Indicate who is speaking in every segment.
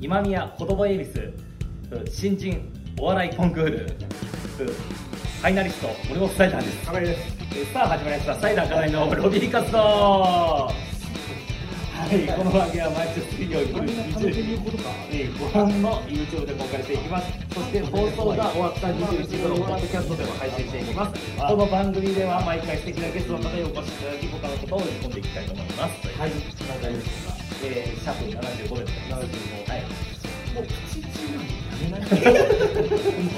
Speaker 1: 今宮言葉恵比寿新人お笑いコンクールファイナリスト俺もスタイダーです
Speaker 2: かかりです。
Speaker 1: さあ始まりました「サイダー課題のロビー活動」はいこの番組は毎週水曜夜20時
Speaker 2: ことか。
Speaker 1: えーご覧の YouTube で公開していきますそして放送が終わった21時頃ポッドキャストでも配信していきますこの番組では毎回素敵なゲストの方にお越しいただき他のことを打ち込んでいきたいと思います
Speaker 2: はい、わかりました。
Speaker 1: えーシャープ75ですね75はい
Speaker 2: もうプチチな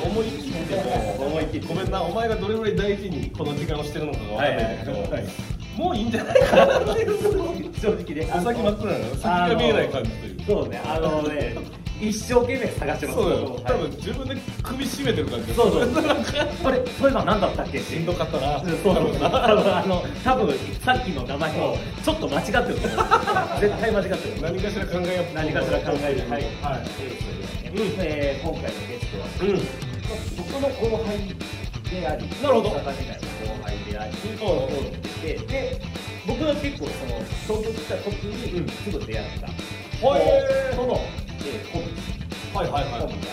Speaker 3: 思い切っても思い切ってごめんなお前がどれぐらい大事にこの時間をしてるのかがわかんないんだけど、
Speaker 1: はい
Speaker 3: もういいんじゃないかなっていう
Speaker 1: 正直ね
Speaker 3: お先真っ暗なの先が見えない感じという
Speaker 1: あのそうねあのね一生懸命探してます
Speaker 3: そうだよ、
Speaker 1: はい
Speaker 3: 多分自分で首絞めてる感じ
Speaker 1: そうそう
Speaker 3: なんか
Speaker 1: これそういえば何だったっけ
Speaker 3: しんどかったな
Speaker 1: そうそう多分あの多分さっきの名前をちょっと間違ってると思う絶対間違ってる
Speaker 3: 何かしら考えよう
Speaker 1: 何かしら考える
Speaker 3: は
Speaker 1: はいい、
Speaker 3: は
Speaker 1: はいい、
Speaker 3: うん
Speaker 1: えー今回のゲストは
Speaker 3: うん
Speaker 1: 僕の後輩であり
Speaker 3: なるほど
Speaker 1: 大阪時代の後輩であり
Speaker 3: おうおう
Speaker 1: でで僕は結構その東京来た時にすぐ出会った、
Speaker 3: はい
Speaker 1: その、えー、コンビ
Speaker 3: はいは
Speaker 1: コ
Speaker 3: い
Speaker 1: ン
Speaker 3: は
Speaker 1: ビ
Speaker 3: い
Speaker 1: が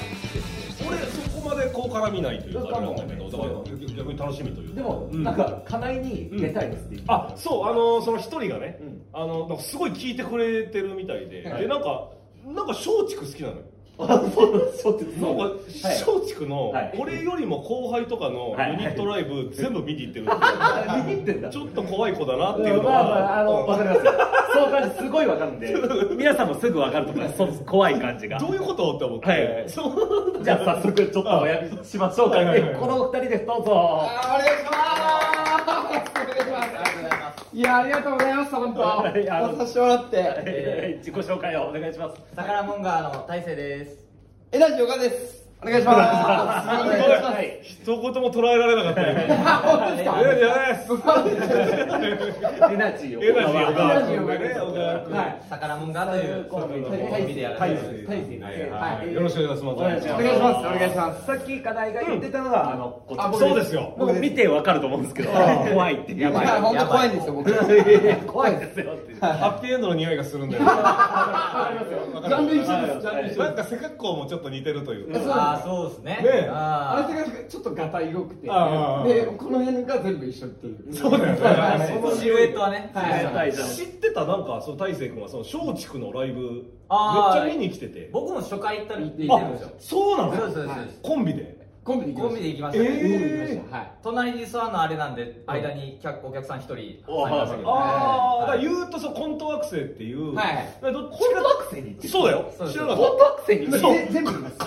Speaker 3: 俺そこまでこう絡みないというかあれなんだけどだから
Speaker 1: そう
Speaker 3: 逆に楽しみというか
Speaker 1: でも、
Speaker 3: う
Speaker 1: なんか家内に出たいですって言って、
Speaker 3: あそうあのその一人がね、
Speaker 1: うん
Speaker 3: あのなんかすごい聞いてくれてるみたいで、
Speaker 1: はい
Speaker 3: でなんかなんか松竹好きなのよ
Speaker 1: あそうそうって
Speaker 3: なんか
Speaker 1: そう
Speaker 3: 松竹の
Speaker 1: はい
Speaker 3: 俺よりも後輩とかの
Speaker 1: はい
Speaker 3: ユニットライブ全部見に行ってるんで、
Speaker 1: はい握ってんだ
Speaker 3: ちょっと怖い子だなっていうの
Speaker 1: まあまあ、あの、わ
Speaker 3: は
Speaker 1: か りますよ。その感じすごいわかるんで、皆さんもすぐわかると思います。そう怖い感じが
Speaker 3: どういうことって思って、
Speaker 1: はいはい
Speaker 3: そう
Speaker 1: じゃあ早速ちょっとお呼びしましょうか
Speaker 3: はいはい
Speaker 1: ね
Speaker 3: は。い
Speaker 1: このお二人です、どうぞ。
Speaker 2: あお願いします。いやありがとうございます本
Speaker 1: はいありがとう
Speaker 2: 当。
Speaker 1: ございます
Speaker 2: させてもらって。
Speaker 1: えー自己紹介をお願いします。
Speaker 4: サカラモンガーの大勢です。
Speaker 2: えだし岡です。お願いします。
Speaker 1: は
Speaker 2: お願いします。
Speaker 1: い。
Speaker 3: 一言も捉えられなかったよえらいです
Speaker 1: エナジーを。
Speaker 3: エナジー小川
Speaker 2: エナジ
Speaker 3: 君がね
Speaker 2: ー小川君
Speaker 3: 小川君
Speaker 2: はい。
Speaker 4: サカラモンガーというコンビコンビでやら
Speaker 1: はい
Speaker 4: れ
Speaker 1: は
Speaker 4: てる。
Speaker 1: い大勢です
Speaker 3: はいよろしくお願いします
Speaker 1: お願いします。。
Speaker 2: お願いしますお願いします
Speaker 1: さっき課題が言ってたのが、あの、こっち
Speaker 3: あそうですよ
Speaker 1: 僕見てわかると思うんですけど、怖いって、やばい。
Speaker 2: 本当怖いんですよ僕。ジ
Speaker 1: 怖いですよって。
Speaker 3: ハッピーエンドの匂いがするんだよな
Speaker 2: ャンル一緒です。ジャンル一緒。
Speaker 3: んか背格好もちょっと似てるというか
Speaker 4: ああ、そうですね。
Speaker 3: ねえ
Speaker 2: あ
Speaker 4: あ
Speaker 2: れがちょっとガタイ良くて、で
Speaker 3: あー
Speaker 2: この辺が全部一緒っていう。
Speaker 3: そうだよね
Speaker 4: あ、そのシルエットはね。
Speaker 2: はい
Speaker 1: はいじゃあ
Speaker 3: 知ってたなんかその大勢君はその松竹のライブめっち
Speaker 4: あー
Speaker 3: ゃ見に来てて
Speaker 4: 僕も初回行ったら行ってるんですよ。
Speaker 3: そうな
Speaker 4: そうですそう
Speaker 3: の
Speaker 4: ですそう
Speaker 2: はい
Speaker 4: です。
Speaker 3: コンビで
Speaker 2: コンビで行
Speaker 4: コン
Speaker 2: きま
Speaker 4: ビ
Speaker 2: し
Speaker 4: で行きま
Speaker 3: え
Speaker 4: したね。
Speaker 3: え
Speaker 2: た。はい。
Speaker 4: 隣に座るのあれなんで、間に客お客さん一人入りましたけど。
Speaker 3: ああだから
Speaker 4: はい
Speaker 3: 言うとそうコント惑星っていう
Speaker 2: はい
Speaker 3: だからどっ
Speaker 1: コ
Speaker 3: ち
Speaker 1: ン
Speaker 3: か
Speaker 1: ト学生に行ってる。
Speaker 3: そうだよ
Speaker 4: そうです
Speaker 3: 知らなか
Speaker 1: コ
Speaker 3: っ
Speaker 1: ント学生に行ってる。
Speaker 2: ぜ全部行きます。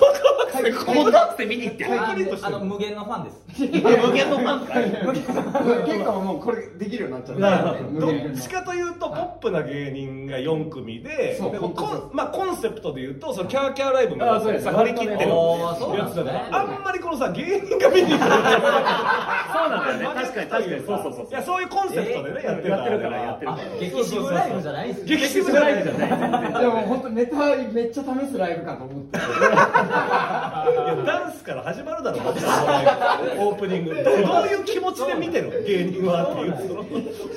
Speaker 1: コント学生見に行ってる。
Speaker 4: あ
Speaker 3: コンビでして
Speaker 4: あ
Speaker 3: る
Speaker 4: の無限のファンです。
Speaker 1: 無限のファン会。
Speaker 2: 結構もうこれできるようになっちゃっ
Speaker 1: な
Speaker 2: た。
Speaker 1: る
Speaker 3: たどっちかというとポップな芸人が4組で
Speaker 2: そう
Speaker 3: でこう
Speaker 2: 本当そう
Speaker 3: こんまあコンセプトで言うとそのキャーキャーライブみたいな
Speaker 1: あそうです
Speaker 3: 張り切ってる
Speaker 4: あーそうな
Speaker 3: や
Speaker 4: んで
Speaker 3: つ
Speaker 4: す
Speaker 3: だ
Speaker 4: ね
Speaker 3: からあんまりこのさ芸人が見に来る
Speaker 1: そうなんだよね。確かに確かに。そうそうそう。
Speaker 3: いやそういうコンセプトでねやってる
Speaker 1: やってるからやってる
Speaker 4: あ
Speaker 1: か、
Speaker 4: 激渋ライブじゃないですね。
Speaker 3: 激
Speaker 1: ら。
Speaker 3: 渋じゃない
Speaker 1: じゃない。
Speaker 2: でも本当ネタめっちゃ試すライブかと思っ
Speaker 3: い
Speaker 2: て。
Speaker 3: やダンスから始まるだ ろうオープニングどどういう気持ちで見てるの芸人はっていうそのそうそうそうそうそ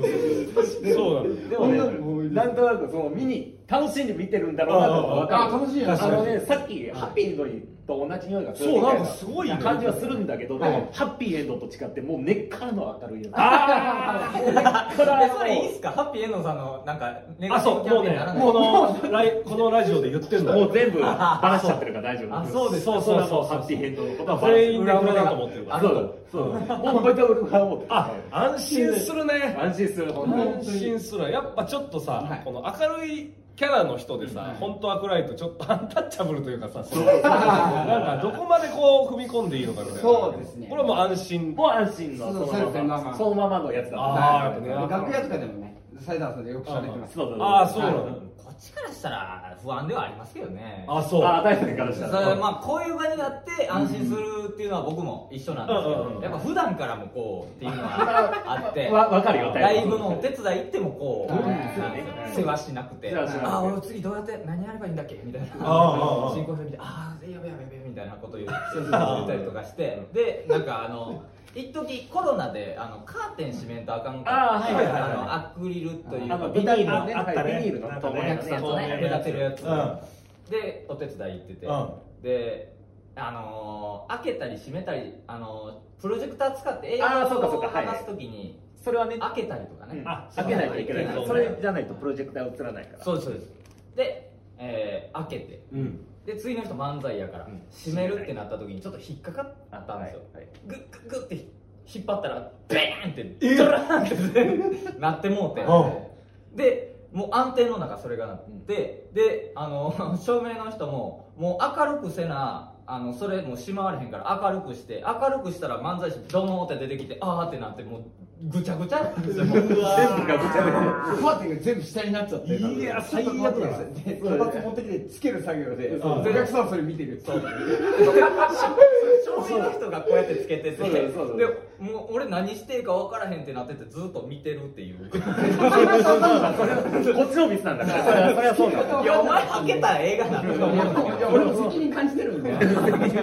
Speaker 3: うなのよ
Speaker 1: でもね、なんとなくその見に楽しんで見てるんだろうなとかわかる。
Speaker 2: あ楽しいよ
Speaker 1: あのね、さっきハッピーエンドにと同じ匂いがする
Speaker 3: そう
Speaker 1: みた
Speaker 3: なんかすごいね
Speaker 1: 感じはするんだけど、で
Speaker 2: はい
Speaker 1: もハッピーエンドと違ってもう根っからの明るいよ。ああ。根っから
Speaker 4: え
Speaker 1: の
Speaker 4: それいいっすかハッピーエンドさんのなんかネ
Speaker 3: あ
Speaker 4: ガテ
Speaker 3: そ
Speaker 4: ィブキ
Speaker 3: う
Speaker 4: ャ
Speaker 3: も
Speaker 4: ン
Speaker 3: う
Speaker 4: ペーン
Speaker 3: ね
Speaker 4: にならない
Speaker 3: このライこのラジオで言ってんだ
Speaker 1: もう全部バラしちゃってるから大丈夫。
Speaker 4: あそうです
Speaker 3: そう
Speaker 1: そ
Speaker 3: そうう
Speaker 1: そう
Speaker 3: そう
Speaker 1: ハッピーエンドのことはバラ
Speaker 3: 全
Speaker 1: し
Speaker 3: 員
Speaker 1: て
Speaker 3: で
Speaker 1: る。
Speaker 3: これだと思ってるか
Speaker 1: あ
Speaker 3: ら
Speaker 1: そうだ。そうだ。もうこういった裏を持ってる。
Speaker 3: あ安心するね
Speaker 1: 安心する。本当に
Speaker 3: 安心するやっぱちょっとさ、
Speaker 2: はい
Speaker 3: この明るいキャラの人でさ、本当は暗いとちょっとアンタッチャブルというかさ そのなんかどこまでこう踏み込んでいいのかみたいな
Speaker 2: そうですね
Speaker 3: これはもう安心
Speaker 1: もう安心の
Speaker 2: そう
Speaker 1: その
Speaker 2: そう
Speaker 1: まま
Speaker 2: そう
Speaker 1: そのままのやつだった
Speaker 3: あーやっぱね
Speaker 2: 楽屋とかでもね、サイダーさんでよく喋ってます。
Speaker 1: そうそう
Speaker 3: ああそうなの、
Speaker 4: こっちからしたら不安ではありますけどね。
Speaker 3: あそう
Speaker 1: ああ大変からし
Speaker 4: そ
Speaker 1: た
Speaker 4: れ
Speaker 1: ら
Speaker 4: まあこういう場になって安心するっていうのは僕も一緒なんですけど、
Speaker 3: うんうんうん
Speaker 4: やっぱ普段からもこうっていうのはあ って
Speaker 1: わわかるよ
Speaker 4: ライブのお手伝い行ってもこう、
Speaker 2: うん
Speaker 4: なんか世話しなくて、
Speaker 1: 世話しなくて
Speaker 4: ああ俺次どうやって何やればいいんだっけみたいな
Speaker 3: ああ
Speaker 4: 進行表見てああやべやべやべみたいなこ と言ってたりとかしてでなんかあの一時コロナであのカーテン閉めんとあかんか
Speaker 1: ああはいはいはいはい
Speaker 4: あのアクリルという
Speaker 1: あ
Speaker 4: か
Speaker 1: の
Speaker 4: ビ
Speaker 1: ビ
Speaker 4: ニ
Speaker 1: ニール
Speaker 4: ール
Speaker 1: の
Speaker 4: の
Speaker 1: ね
Speaker 3: ああったね
Speaker 1: ビニールの
Speaker 3: なんかね
Speaker 1: お客
Speaker 4: 客さんとね
Speaker 1: そうね
Speaker 4: 役立てるやつ、
Speaker 3: うん
Speaker 4: でお手伝い行ってて、
Speaker 3: うん
Speaker 4: であのー開けたり閉めたり、あのープロジェクター使って映
Speaker 1: あ
Speaker 4: 画
Speaker 1: ーそうかそうか
Speaker 4: を話すときに
Speaker 1: それはね
Speaker 4: 開けたりとかね、
Speaker 1: うん
Speaker 3: あ
Speaker 1: 開けないといけないから
Speaker 3: そうね
Speaker 1: それじゃないとプロジェクター映らないから
Speaker 4: そうですそうですで、えー開けて
Speaker 3: うん
Speaker 4: で次の人漫才やから
Speaker 1: うん
Speaker 4: 閉めるってなった時にちょっと引っかか
Speaker 1: あ
Speaker 4: ったんですよ、
Speaker 1: はいはい
Speaker 4: グッグッグッって引っ張ったらベーンってドラーンってなってもうてでもう安定の中それがなって、であの 照明の人ももう明るくせなあのそれもうしまわれへんから明るくして明るくしたら漫才師ドーンって出てきてあーってなってもうぐちゃぐちゃやったんですよもう
Speaker 1: 全部がぶちゃぶちゃ
Speaker 2: パーティーが全部下になっちゃって
Speaker 3: いや最悪だな
Speaker 2: で脚立持ってきてつける作業で
Speaker 3: そう
Speaker 2: お客さんはそれ見てるっていう
Speaker 4: 照明の人がこうやってつけてて
Speaker 1: そうそうそう
Speaker 4: でもう俺何していいか分からへんってなっててずっと見てるっていう
Speaker 1: こっちのミスなんだからそれはそれはそうなんだ
Speaker 4: いやお前開けたら映画なんだと思うんだけど
Speaker 2: いや俺も責任感じてるんで責任あるじゃ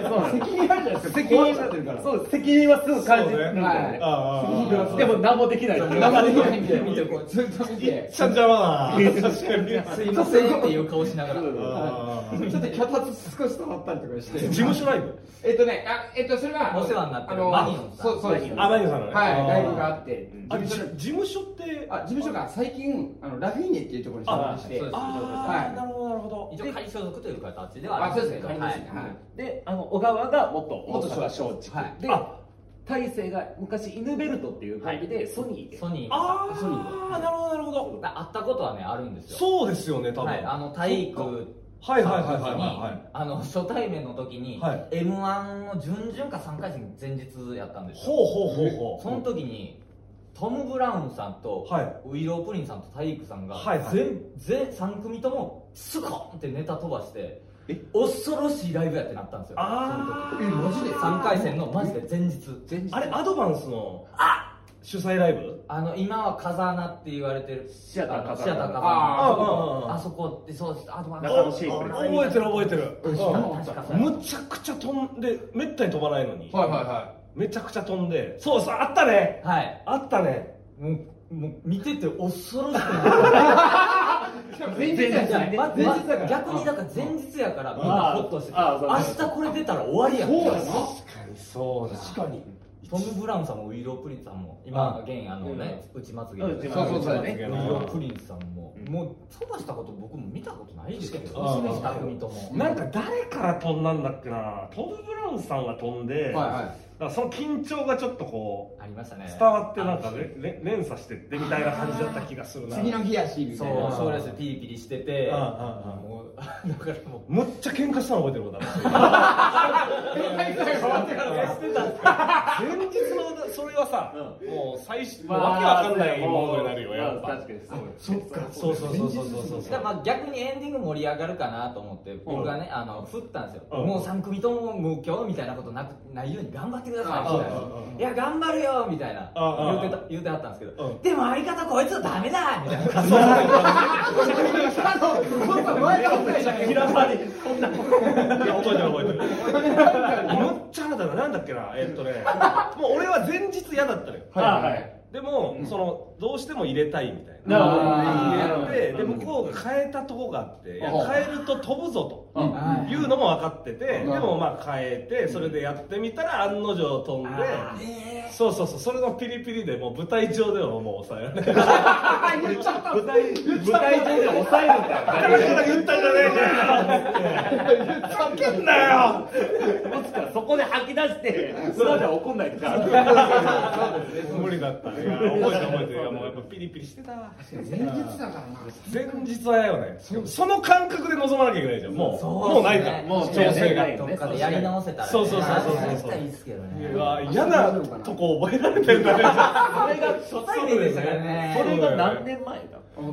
Speaker 2: ないですか
Speaker 1: 責任
Speaker 2: になってるから
Speaker 1: そう責任はすぐ感じるんだ
Speaker 2: そう
Speaker 1: よね
Speaker 2: ね
Speaker 3: ああ
Speaker 1: でも何もできない
Speaker 2: 生で見ないんで見てこうずっと見
Speaker 3: いってちゃん邪魔 だな確かに
Speaker 4: すいませんっていう顔しながら
Speaker 3: ああ
Speaker 2: ちょっと脚立少し止まったりとかして
Speaker 3: 事務所ライブ
Speaker 2: えっとねあえっとそれは
Speaker 4: お世話になってる
Speaker 2: あの
Speaker 4: マニオンさん
Speaker 2: そうそうです
Speaker 3: あマニオンさんのね
Speaker 2: はい
Speaker 3: あー
Speaker 2: ライブがあって
Speaker 3: あじ
Speaker 2: 事務所
Speaker 3: 事務所って
Speaker 2: あ事務所が最近あのラフィーネっていうところに所属して
Speaker 4: あ
Speaker 3: あ
Speaker 2: は
Speaker 3: あ
Speaker 2: い
Speaker 3: なるほどなるほど
Speaker 4: 一応仮所属という形では
Speaker 2: あ
Speaker 4: あ
Speaker 2: そ
Speaker 4: る
Speaker 2: うんで
Speaker 4: ですすけど
Speaker 2: ね仮にですねはい
Speaker 1: であの小川が元
Speaker 2: 元
Speaker 1: 元
Speaker 2: 松竹
Speaker 1: 松竹、
Speaker 4: はい
Speaker 1: で
Speaker 3: あ
Speaker 1: 大勢が昔イヌベルトっていうコンビでソニーで、
Speaker 4: ソニー
Speaker 3: あ
Speaker 4: ソニー
Speaker 3: あなるほどなるほど
Speaker 4: だ会ったことはねあるんですよ
Speaker 3: そうですよね多分
Speaker 4: はいあの体育
Speaker 3: はいはい
Speaker 4: さ
Speaker 3: はい
Speaker 4: んの時に
Speaker 3: はいはい
Speaker 4: あの初対面の時に
Speaker 3: はい
Speaker 4: m 1の準々か3回戦前日やったんですよ
Speaker 3: ほうほうほうほう
Speaker 4: その時にトム・ブラウンさんと、
Speaker 3: はい
Speaker 4: ウィロー・プリンさんと体育さんが、
Speaker 3: はいはい
Speaker 4: 全全3組ともスコーンってネタ飛ばして恐ろしいライブやってなったんですよ
Speaker 3: あ
Speaker 2: えマジで
Speaker 4: 3回戦のマジで前日
Speaker 1: 前日
Speaker 3: ああれアドバンスの主催ライブ
Speaker 4: あの今は風穴って言われてる
Speaker 1: シアター
Speaker 4: あの
Speaker 1: 風穴
Speaker 4: シアター風穴
Speaker 3: ああああああ
Speaker 4: あそこってそうですあとは
Speaker 1: 中野シェイク
Speaker 3: 覚えてる覚えてる
Speaker 4: 確かそうや
Speaker 3: むちゃくちゃ飛んでめったに飛ばないのに
Speaker 2: はいはいは
Speaker 3: めちゃくちゃ飛んでそうそうあったね
Speaker 4: はい
Speaker 3: あったね
Speaker 4: もうもう見てて恐ろしくなっ
Speaker 2: いしかも前日や
Speaker 4: て
Speaker 2: しね
Speaker 4: まま
Speaker 2: 前日だから
Speaker 4: 逆にだから前日やからみんなホッとしてて
Speaker 1: ああああ
Speaker 4: 明日これ出たら終わりやから
Speaker 3: 確かにそうだ確かに
Speaker 4: トム・ブラウンさんもウィロー・プリンスさんも今現あのね内まつげ
Speaker 1: うん
Speaker 4: ウ
Speaker 1: 内
Speaker 4: ィ
Speaker 1: まつげ
Speaker 2: そうそうそう
Speaker 1: ね
Speaker 4: ロー・プリンスさんももう飛ばしたこと僕も見たことないですけど
Speaker 3: 確かに
Speaker 4: 2組とも
Speaker 3: なんか誰から飛んだんだっけなトム・ブラウンさんが飛んで、
Speaker 2: はいは
Speaker 3: なんかその緊張がちょっとこ
Speaker 4: ありました
Speaker 3: う
Speaker 4: ね
Speaker 3: 伝わってなんかねれ連鎖してってみたいな感じだった気がするな
Speaker 2: 次の日やしみ
Speaker 4: そ
Speaker 2: たいうな
Speaker 4: そうですピリピリしてて
Speaker 3: うんうんうん
Speaker 4: もう だからも
Speaker 3: むっちゃ喧嘩したの覚えてることある
Speaker 2: 大会が終わってからね
Speaker 3: 前日のそれはさ、もう最初、もうわけわかんないモードになるよ、やっぱ。
Speaker 1: まあ確かにそう
Speaker 3: そっか、そうそうそうそうそうそう
Speaker 4: うだからまあ逆にエンディング盛り上がるかなと思って僕がねあの振ったんですよ
Speaker 3: うん
Speaker 4: もう3組とももう今日みたいなことなくないように頑張ってくださいみたいな
Speaker 3: うんうんうん
Speaker 4: いや頑張るよみたいな
Speaker 3: うんうん
Speaker 4: 言うてた言うてはったんですけ
Speaker 3: う
Speaker 4: ど
Speaker 3: ん
Speaker 4: でも相方こいつはダメだみたいな
Speaker 2: ちょっと前の方がいいじゃん
Speaker 1: 平場に
Speaker 3: いや、覚えてる覚えてる。むっちゃだな、なんだっけな、えっとね、もう俺は前日嫌だったのよ。
Speaker 1: はいはい
Speaker 3: でも、その、どうしても入れたいみたいな。
Speaker 2: な
Speaker 1: るほどね
Speaker 3: でで向こうが変えたとこがあっていや
Speaker 2: うん
Speaker 3: 変えると飛ぶぞと
Speaker 4: はい
Speaker 3: いうのも分かっててで
Speaker 2: ん
Speaker 3: もまあ変えてそれでやってみたら案の定飛んでそうそうそうそれのピリピリでもう舞台上ではもう抑えられない
Speaker 1: 舞台舞台上で抑えるんだよ
Speaker 3: 言ったんじゃねえかよんだよ
Speaker 1: もしくはそこで吐き出して裏では怒んないから
Speaker 3: 無理だったいや 覚えてる覚えてるいやもうやっぱピリピリしてたわ
Speaker 2: 前日だからな
Speaker 3: 前日はやよねしかもその感覚で臨まなきゃいけないじゃんもうもうないから
Speaker 4: もう
Speaker 1: 調
Speaker 4: 調
Speaker 1: 整
Speaker 4: 整
Speaker 1: が
Speaker 4: がどっかでやり直せたらね
Speaker 3: そうそうそうそうそう
Speaker 4: あれしたらいいですけどね
Speaker 3: うわ嫌なとこ覚えられてるんだね
Speaker 1: そ れが初
Speaker 4: 対面でしたからね
Speaker 1: それが何年前だ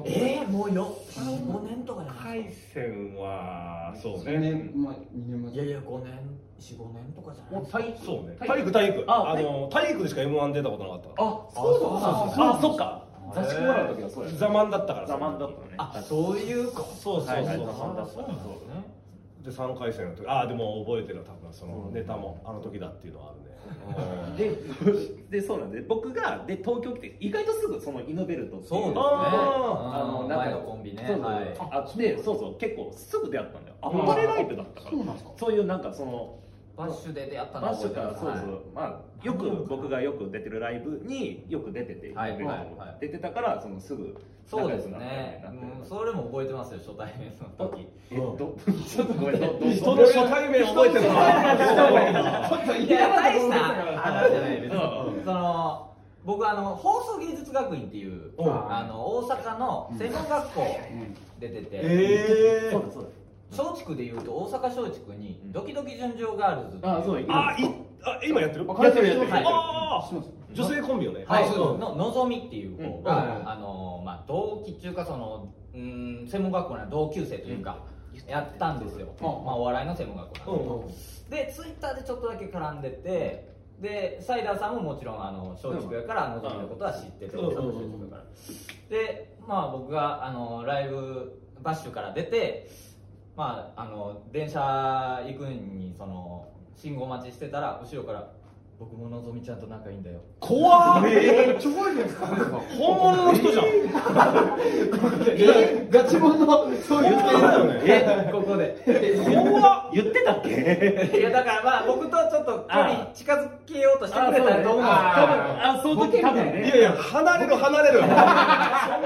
Speaker 4: えー、もうよ5年とかじゃない
Speaker 3: 海鮮はそう
Speaker 2: 10
Speaker 3: ね
Speaker 2: 年前2年前
Speaker 4: いやいや5年45年とかじゃない
Speaker 1: もう体
Speaker 3: そうね
Speaker 1: 体
Speaker 3: 体
Speaker 1: 育
Speaker 3: 育体育
Speaker 1: あ
Speaker 3: あの体育でしか m 1出たことなかったから
Speaker 1: あそうだあそっか座敷もらう時はそうや
Speaker 3: 座満だったから
Speaker 1: 座満だったのね
Speaker 4: あそういうか
Speaker 3: そうそうそう
Speaker 1: はいはい
Speaker 3: そう
Speaker 1: 座満だったそう
Speaker 3: で3回戦の時ああでも覚えてる多分そのネタもあの時だっていうのはあるね
Speaker 1: ででそうなんで僕がで東京来て意外とすぐそのイノベルトってい
Speaker 4: そうですね。
Speaker 3: あ
Speaker 1: あの
Speaker 4: うん
Speaker 1: 仲
Speaker 4: 前
Speaker 1: 良
Speaker 4: の
Speaker 1: く
Speaker 4: コンビね。
Speaker 1: そうそう
Speaker 4: はい。
Speaker 1: あってそうそう結構すぐ出会ったんだよアパレルライブだったから
Speaker 2: そうなんですか
Speaker 1: そういうなんかその
Speaker 4: バッシュで出会ったの
Speaker 1: マ
Speaker 4: は
Speaker 1: ッシ
Speaker 4: 覚え
Speaker 1: ュ
Speaker 4: て
Speaker 1: か
Speaker 4: ま
Speaker 1: ら
Speaker 4: す。
Speaker 1: そうそう、
Speaker 4: はい
Speaker 1: まあよく僕がよく出てるライブによく出てて、
Speaker 4: はいはいはい
Speaker 1: 出てたからそのすぐ
Speaker 4: そうです
Speaker 1: 仲良
Speaker 4: ね
Speaker 1: くなったみたい。な
Speaker 4: うんそれも覚えてますよ、初対面の時。
Speaker 1: えっと、ちょっとごめん、どど
Speaker 3: 人の初対面覚えてるな
Speaker 2: ちょっと
Speaker 4: い
Speaker 2: 嫌
Speaker 4: や、
Speaker 2: な
Speaker 4: 大
Speaker 2: こ
Speaker 4: し
Speaker 2: と
Speaker 4: た
Speaker 2: だから
Speaker 4: 話じゃないです。
Speaker 1: うん
Speaker 4: その、僕あの、放送芸術学院っていう、
Speaker 3: うん
Speaker 4: あの、大阪の専門学校出てて、
Speaker 3: ええ
Speaker 1: そうだそう
Speaker 4: 松竹でいうと大阪松竹にドキドキ純情ガールズってい
Speaker 1: だ。あ、そうだ、いる
Speaker 3: あいあ今やってる
Speaker 2: やってるやって
Speaker 4: る
Speaker 3: ああ女性コンビよね
Speaker 4: はい、
Speaker 3: あ
Speaker 4: ののぞみっていう子が、
Speaker 3: うん
Speaker 4: あのまあ、同期中かそのうん専門学校の同級生というか、やったんですよ、
Speaker 2: うん
Speaker 4: まあ、お笑いの専門学校
Speaker 3: う
Speaker 4: なんんで,、でツイッターでちょっとだけ絡んでてでサイダーさんももちろんあの松竹やからのぞみのことは知ってて、
Speaker 3: うん
Speaker 4: 松竹やからでまあ僕があのライブバッシュから出てまああの電車行くんにその信号待ちしてたら後ろから「僕ものぞみちゃんと仲いいんだよ」
Speaker 3: 怖っ
Speaker 2: えちょぼいですか
Speaker 3: 本物の人じゃん
Speaker 2: ガチモンのそういう
Speaker 3: 本物だよね
Speaker 4: えこ こで
Speaker 3: 怖っ
Speaker 1: 言ってたっけ
Speaker 4: いやだからまあ僕とちょっと距離近づけようとしてくれたと思う
Speaker 1: あ、そうだね、多分、あ、その時多分
Speaker 3: い
Speaker 1: ね。
Speaker 3: やいや離れる離れる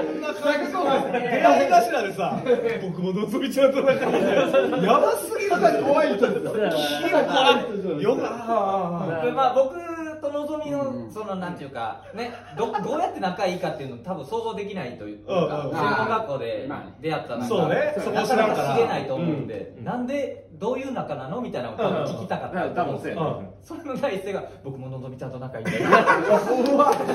Speaker 3: 出会い頭でさ僕ものぞみちゃんと仲良いんだよやばすぎる
Speaker 2: 怖い人ですよ
Speaker 3: よか
Speaker 4: でまあ僕とのぞみのそのなんていうかねどどうやって仲いいかっていうの多分想像できないというか
Speaker 3: うん
Speaker 4: 専
Speaker 3: うん
Speaker 4: 門学校で出会ったなんか
Speaker 3: そうねそこ
Speaker 4: な
Speaker 3: 知
Speaker 4: からなん
Speaker 3: から
Speaker 4: か知れないと思うんで
Speaker 3: うん
Speaker 4: なんでどういう仲なのみたいなのを多分聞きたかったと
Speaker 1: 多
Speaker 4: 思うん
Speaker 1: 分
Speaker 4: で
Speaker 1: そう
Speaker 4: す
Speaker 1: や
Speaker 4: よ
Speaker 1: ね。
Speaker 3: うん
Speaker 4: それの第一声が僕ものぞみちゃんと仲いいんだよ
Speaker 3: 怖っ
Speaker 2: 怖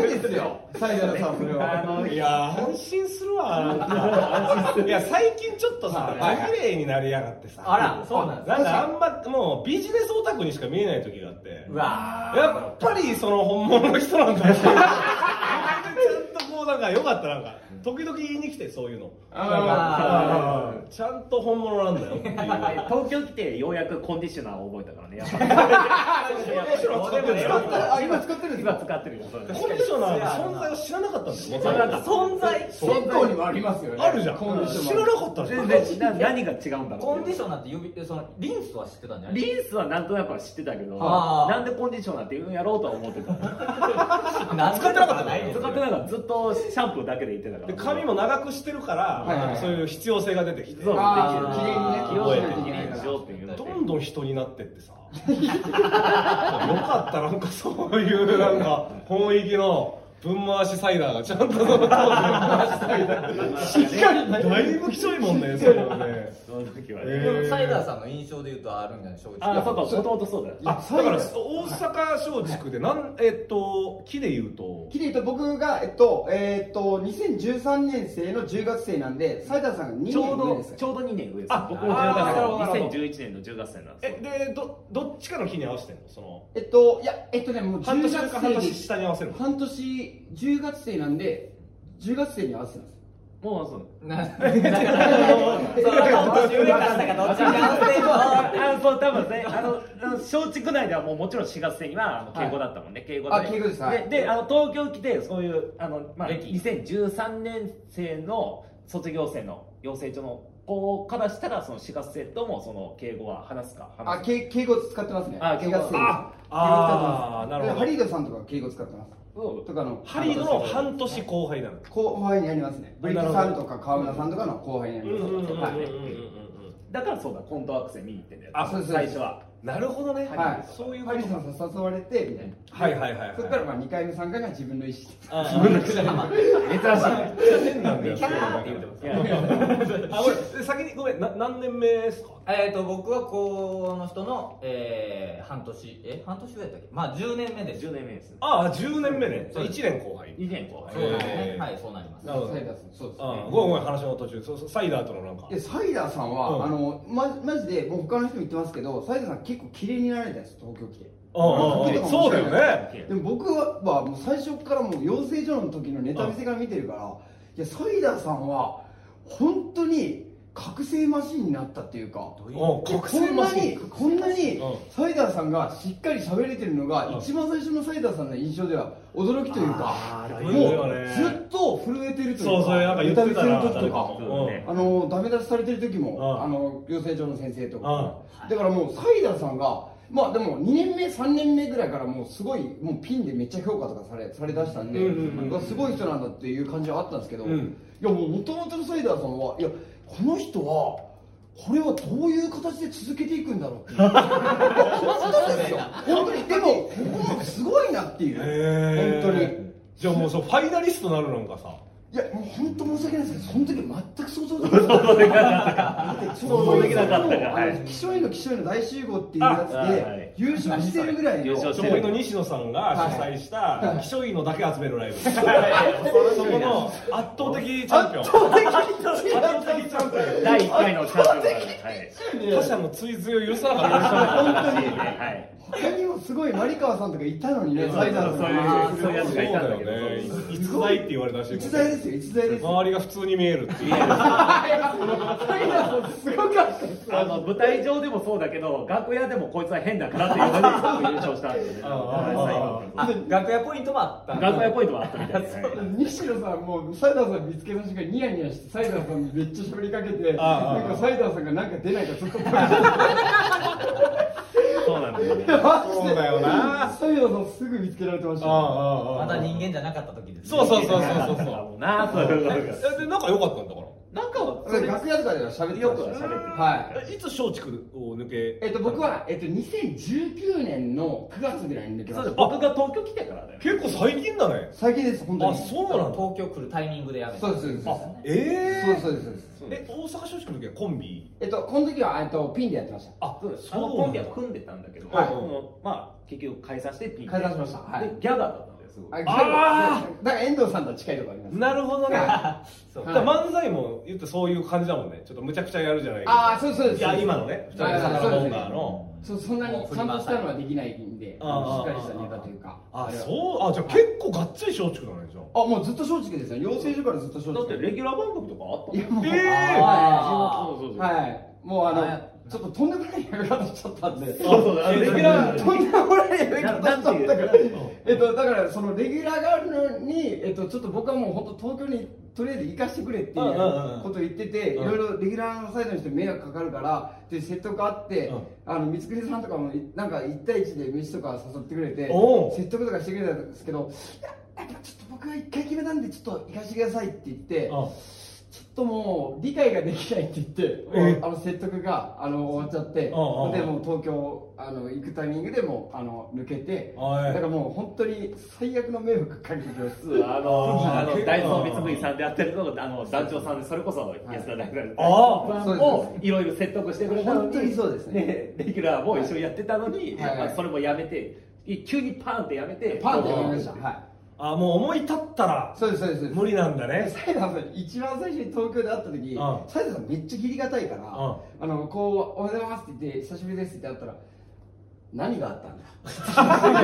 Speaker 2: いですよサイダーさんそれ
Speaker 1: あ
Speaker 2: は
Speaker 1: の、
Speaker 3: いやー安心するわなんかいや最近ちょっとさ
Speaker 2: はいはい
Speaker 3: 綺麗になりやがってさ
Speaker 4: あらそうなんです
Speaker 3: なんかあんまもうビジネスオタクにしか見えない時があって
Speaker 4: うわ
Speaker 3: やっぱりその本物の人なんだなちゃんとこうなんかよかったなんか時々言いに来てそういうの
Speaker 4: あ
Speaker 2: ー
Speaker 3: ちゃんと本物なんだよっていう
Speaker 1: 東京来てようやくコンディショナーを覚えたからね、やっぱ
Speaker 2: あ今使ってるんです
Speaker 1: 今
Speaker 2: か
Speaker 1: 使ってるよ、それ。
Speaker 3: コンディショナーの存在を知らなかったんだ
Speaker 1: 知
Speaker 3: よ
Speaker 1: らなかっ
Speaker 4: 存在
Speaker 2: 銭湯にもありますよね
Speaker 3: あるじゃん
Speaker 2: コンディション
Speaker 3: 知らなかったじゃん
Speaker 1: 全然な何が違うんだろう
Speaker 4: コンディショナーって呼びそのリンスは知ってたんじゃない
Speaker 1: リンスはなんとなくは知ってたけど
Speaker 4: あー
Speaker 1: なんでコンディショナーって言うんやろうとは思ってた
Speaker 4: 何
Speaker 3: 使ってなかったの
Speaker 4: ないです
Speaker 1: 使
Speaker 4: よ
Speaker 1: ってなんかずっとシャンプーだけで言ってたから
Speaker 3: で髪も長くしてるから、
Speaker 2: はいはいはい
Speaker 3: そういう必要性が出てきて
Speaker 1: そう
Speaker 3: ど
Speaker 2: あー
Speaker 4: 機
Speaker 1: 起
Speaker 4: 嫌
Speaker 1: 用
Speaker 4: に
Speaker 1: し
Speaker 4: ね
Speaker 1: ないといけないで
Speaker 2: 起用しないといけない
Speaker 1: しょっていうので
Speaker 3: んどん人になってってさ よかったなんかそういうなんか本域の分回しサイダーがちゃんとその当時の分回しサイダ ーしっかりだいぶきちょいもんねそういうのね
Speaker 1: その時は
Speaker 3: え
Speaker 1: ね
Speaker 4: でもサイダーさんの印象で言うとあるんじゃない正直
Speaker 1: あそうかもともとそうだよ
Speaker 3: あだから大阪松竹でなんえっと木で言うと
Speaker 2: きり言うと僕が、えっと、えーっと、2013年生の10学生なんで、斉田さんが
Speaker 1: ちょう
Speaker 2: 2年上で
Speaker 1: ど
Speaker 2: す
Speaker 1: ちょうど2年上です
Speaker 3: あ
Speaker 1: 僕も10
Speaker 3: あーなるほどな
Speaker 1: 学生
Speaker 3: るほど
Speaker 1: 2011年の10学生なんです
Speaker 3: えでどどっちかの日に合わせてんのその
Speaker 2: えっと、いや、えっとね、もう
Speaker 3: 半
Speaker 2: 10
Speaker 3: 年
Speaker 2: 学
Speaker 3: か
Speaker 2: 生
Speaker 3: 半
Speaker 2: で
Speaker 3: 年下に合わせるの
Speaker 2: 半年、10学生なんで、10学生に合わせてます。
Speaker 1: もうそう
Speaker 4: なだからその年 上か下かどっちかっていうの
Speaker 1: あ
Speaker 4: は
Speaker 1: あそう多分ねあのあの松竹内ではもうもちろん4月生にはあの敬語だったもんね、敬語で
Speaker 2: あ敬語ですはい
Speaker 1: であの東京来てそういうあの、まあ、
Speaker 4: 歴
Speaker 1: 2013年生の卒業生の養成所の子からしたらその4月生ともその敬語は話すか
Speaker 2: あ、
Speaker 1: 話す
Speaker 2: け敬語使ってますね。
Speaker 1: あ
Speaker 2: 敬語使
Speaker 3: ああーなるほど
Speaker 2: ハリードさんとか敬語使ってます。
Speaker 1: うん
Speaker 2: とかの。
Speaker 3: ハリードの半年後輩なの
Speaker 2: 後輩にありますね。ブリックさんとか川村さんとかの後輩にあります。はい
Speaker 1: だからそうだコントワーク生見に行ってんだよ
Speaker 3: あ
Speaker 2: そうです
Speaker 1: 最初は
Speaker 3: なるほどね、
Speaker 2: はい
Speaker 3: そういうこ
Speaker 2: ハ
Speaker 3: と
Speaker 2: リードさんと誘われて、みたいな。
Speaker 3: はいはいはいはい
Speaker 2: それからまあ2回目、3回目は自分の意思。
Speaker 3: 自分の口だ
Speaker 1: 珍し
Speaker 3: 変なんだよ
Speaker 4: キャーって言ってま
Speaker 1: い
Speaker 4: す
Speaker 1: いやいや
Speaker 3: あ俺先にごめんな何年目ですか
Speaker 4: えーと僕はこの人の、えー半年え半年上やったっけまあ10年目です
Speaker 1: 10年目です
Speaker 3: ああ10年目ね
Speaker 4: そう
Speaker 3: 1
Speaker 4: です
Speaker 3: 年後輩
Speaker 1: 2年後
Speaker 4: そうです
Speaker 3: え
Speaker 4: ね
Speaker 3: ー
Speaker 4: はいそうなります
Speaker 3: なるほど
Speaker 2: サイダーさん、そうですね。
Speaker 3: あごめんごめん話の途中そうそうサイダーとのなんか
Speaker 2: でサイダーさんは、
Speaker 3: うん
Speaker 2: あのまマジでもう他の人も言ってますけどサイダーさん結構綺麗になられたんです東京来て
Speaker 3: ああああそうだよね
Speaker 2: でも僕はもう最初からもう養成所の時のネタ見せから見てるから、いやサイダーさんは本当に確覚醒マシンになったっていうか
Speaker 3: ういう
Speaker 2: いやこんなにこんなに
Speaker 3: うん
Speaker 2: サイダーさんがしっかり喋れてるのが一番最初のサイダーさんの印象では驚きというかもう
Speaker 3: だいぶよね
Speaker 2: ずっと震えてるというか
Speaker 3: そうそうなんか言ってたな
Speaker 2: 歌見せる時と
Speaker 3: 誰か
Speaker 2: か
Speaker 3: も
Speaker 1: うん
Speaker 2: あのダメ出しされてる時も
Speaker 3: うん
Speaker 2: あの養成所の先生とかだからもうサイダーさんがまあでも2年目3年目ぐらいからもうすごいもうピンでめっちゃ評価とかされされだしたんで
Speaker 3: うんうんうん
Speaker 2: うわすごい人なんだっていう感じはあったんですけど、
Speaker 3: うん
Speaker 2: いやもう元々のサイダーさんはいやこの人はこれはどういう形で続けていくんだろうっていう 本当ですよ本当にでもここもすごいなっていう
Speaker 3: へー
Speaker 2: 本当に
Speaker 3: じゃあもうそうファイナリストなるのかさ
Speaker 2: いやもう本当申し訳ないですけどその時全く想像できなかっ
Speaker 1: 想
Speaker 2: た
Speaker 1: 像できなかったか
Speaker 2: だって
Speaker 1: 想像できなかったか
Speaker 2: あ
Speaker 1: はい
Speaker 2: の気象への気象への大集合っていうやつで、
Speaker 1: あはい
Speaker 2: 優勝してるぐらいの
Speaker 1: 優勝し
Speaker 3: ち
Speaker 1: て
Speaker 3: ょ
Speaker 1: る
Speaker 3: の西野さんが主催した希少医のだけ集めるライブそこの圧倒的チャンピオン圧倒的チャンピオン
Speaker 1: 第1回のチャンピオンがはい
Speaker 3: 他者の追随を許さなかった
Speaker 1: 本当にはい
Speaker 2: 他にもすごいマ川さんとかいたのにね
Speaker 1: そう
Speaker 2: サイダーさん
Speaker 1: あ
Speaker 2: が
Speaker 1: ーそういうやつがいたんだけど
Speaker 3: そうよね逸材って言われたし
Speaker 2: 逸材ですよ逸材ですよ
Speaker 3: 周りが普通に見えるっていう
Speaker 2: サイダーさんすごかったです
Speaker 1: あの舞台上でもそうだけど楽屋でもこいつは変だからっていうので優勝したんですよね
Speaker 3: ああ
Speaker 1: は
Speaker 4: あ楽屋ポイントもあった
Speaker 1: い楽屋ポイントはあったみたいですね
Speaker 2: 西野さんもサイダーさん見つけた瞬間ニヤニヤしてサイダーさんにめっちゃ喋りかけて
Speaker 3: あー
Speaker 2: なんかサイダーさんがなんか出ないかずっとこうやって
Speaker 1: そうなんですよね
Speaker 3: そうだよな
Speaker 2: サイダーさんすぐ見つけられてましたね
Speaker 3: あ
Speaker 4: まだ人間じゃなかった時ですね
Speaker 3: そうそう そうそうそう
Speaker 1: もうなそういうことが
Speaker 3: そうで仲良かったんだから
Speaker 4: 中は
Speaker 2: それ楽屋とかでは喋ってました
Speaker 1: よくは喋ってる
Speaker 2: はい
Speaker 3: えいつ松竹を抜け
Speaker 2: えっと僕はえっと2019年の9月ぐらいに抜け
Speaker 1: そ
Speaker 2: ま
Speaker 1: う
Speaker 2: し
Speaker 1: で
Speaker 2: た
Speaker 1: 僕が東京来てからだよ
Speaker 3: 結構最近だね
Speaker 2: 最近です本当
Speaker 3: あ
Speaker 2: に
Speaker 3: そうなんだ
Speaker 4: 東京来るタイミングでやめた
Speaker 2: そうですそうです
Speaker 3: あ
Speaker 2: そ
Speaker 3: え
Speaker 2: うです
Speaker 3: え
Speaker 2: そうですそうで
Speaker 3: え
Speaker 2: す
Speaker 3: 大阪松竹の時はコンビ
Speaker 2: えっとこの時はえっとピンでやってました
Speaker 1: あそうですあのコンビは組んでたんだけど
Speaker 3: はい
Speaker 1: もうまあ結局解散してピンで
Speaker 2: 解散しましたはい
Speaker 1: でギャガーだったんですごい
Speaker 3: あ
Speaker 2: だから遠藤さんとは近いところあります
Speaker 3: なるほどね
Speaker 4: そう
Speaker 2: はい
Speaker 3: だから漫才も言ってそういう感じだもんねちょっとむちゃくちゃやるじゃない
Speaker 2: ああそうですそうです
Speaker 3: いや今のね2人
Speaker 2: はい
Speaker 3: の
Speaker 2: はい
Speaker 3: サ
Speaker 2: そう
Speaker 3: ラ
Speaker 2: です
Speaker 3: ボンガーの
Speaker 2: そうそんなにちゃんとしたのはできないんでしっ
Speaker 3: あー
Speaker 2: かりしたネタというか
Speaker 3: あ
Speaker 2: れは
Speaker 3: そうあじゃあ結構がっつり松竹だねじゃあ
Speaker 2: あもうずっと松竹ですよ養成所からずっと松
Speaker 1: だって
Speaker 2: 竹
Speaker 1: レギュラー番組とかあった
Speaker 2: いやもう
Speaker 3: え
Speaker 4: あ
Speaker 1: そうそうそう
Speaker 2: はいもうあ
Speaker 4: は
Speaker 2: のちょっととんでもない役立っちゃったんで
Speaker 1: そうそうあのレギュラー
Speaker 2: とんでもない役立っちゃった
Speaker 1: なんていう
Speaker 2: からえっとだからそのレギュラーがあるのにえっとちょっと僕はもう本当東京にとりあえず行かしてくれっていう
Speaker 3: うんうんうん
Speaker 2: ことを言っててい
Speaker 3: うん
Speaker 2: ろいろレギュラーのサイドの人に迷惑かかるからで説得あって
Speaker 3: うん
Speaker 2: あの光圀さんとかもなんか1対1で飯とか誘ってくれて
Speaker 3: おう
Speaker 2: 説得とかしてくれたんですけどいややっぱちょっと僕が1回決めたんでちょっと行かしてくださいって言って。
Speaker 3: あ
Speaker 2: ちょっともう理解ができないって言って、
Speaker 3: え
Speaker 2: あの説得があの終わっちゃって、
Speaker 3: ああああ
Speaker 2: でもう東京あの行くタイミングでもうあの抜けて、
Speaker 3: あええ
Speaker 2: だからもう本当に最悪の迷惑かけてきます。
Speaker 1: あ のあ
Speaker 3: あ
Speaker 1: の
Speaker 3: ー
Speaker 1: 大蔵光圀さんでやってるのがあの団長さんでそれこそ安田大蔵
Speaker 3: あ
Speaker 2: ー
Speaker 1: さんをいろいろ説得してくれたのに
Speaker 2: 本当にそうですね
Speaker 1: レギュラーも一緒にやってたのに、
Speaker 2: はいはい
Speaker 1: まあそれもやめて急にパーンってやめて
Speaker 2: パンってやり
Speaker 1: め
Speaker 2: ました。は
Speaker 3: あもう思い立ったら
Speaker 2: い。そうですそうですそうです。
Speaker 3: 無理なんだね
Speaker 2: サイダーさん一番最初に東京で会った時、
Speaker 3: うん
Speaker 2: サイダーさんめっちゃ義理がたいから、
Speaker 3: ん
Speaker 2: あのこうおはようございますって言って久しぶりですって会ったら。何があったん だ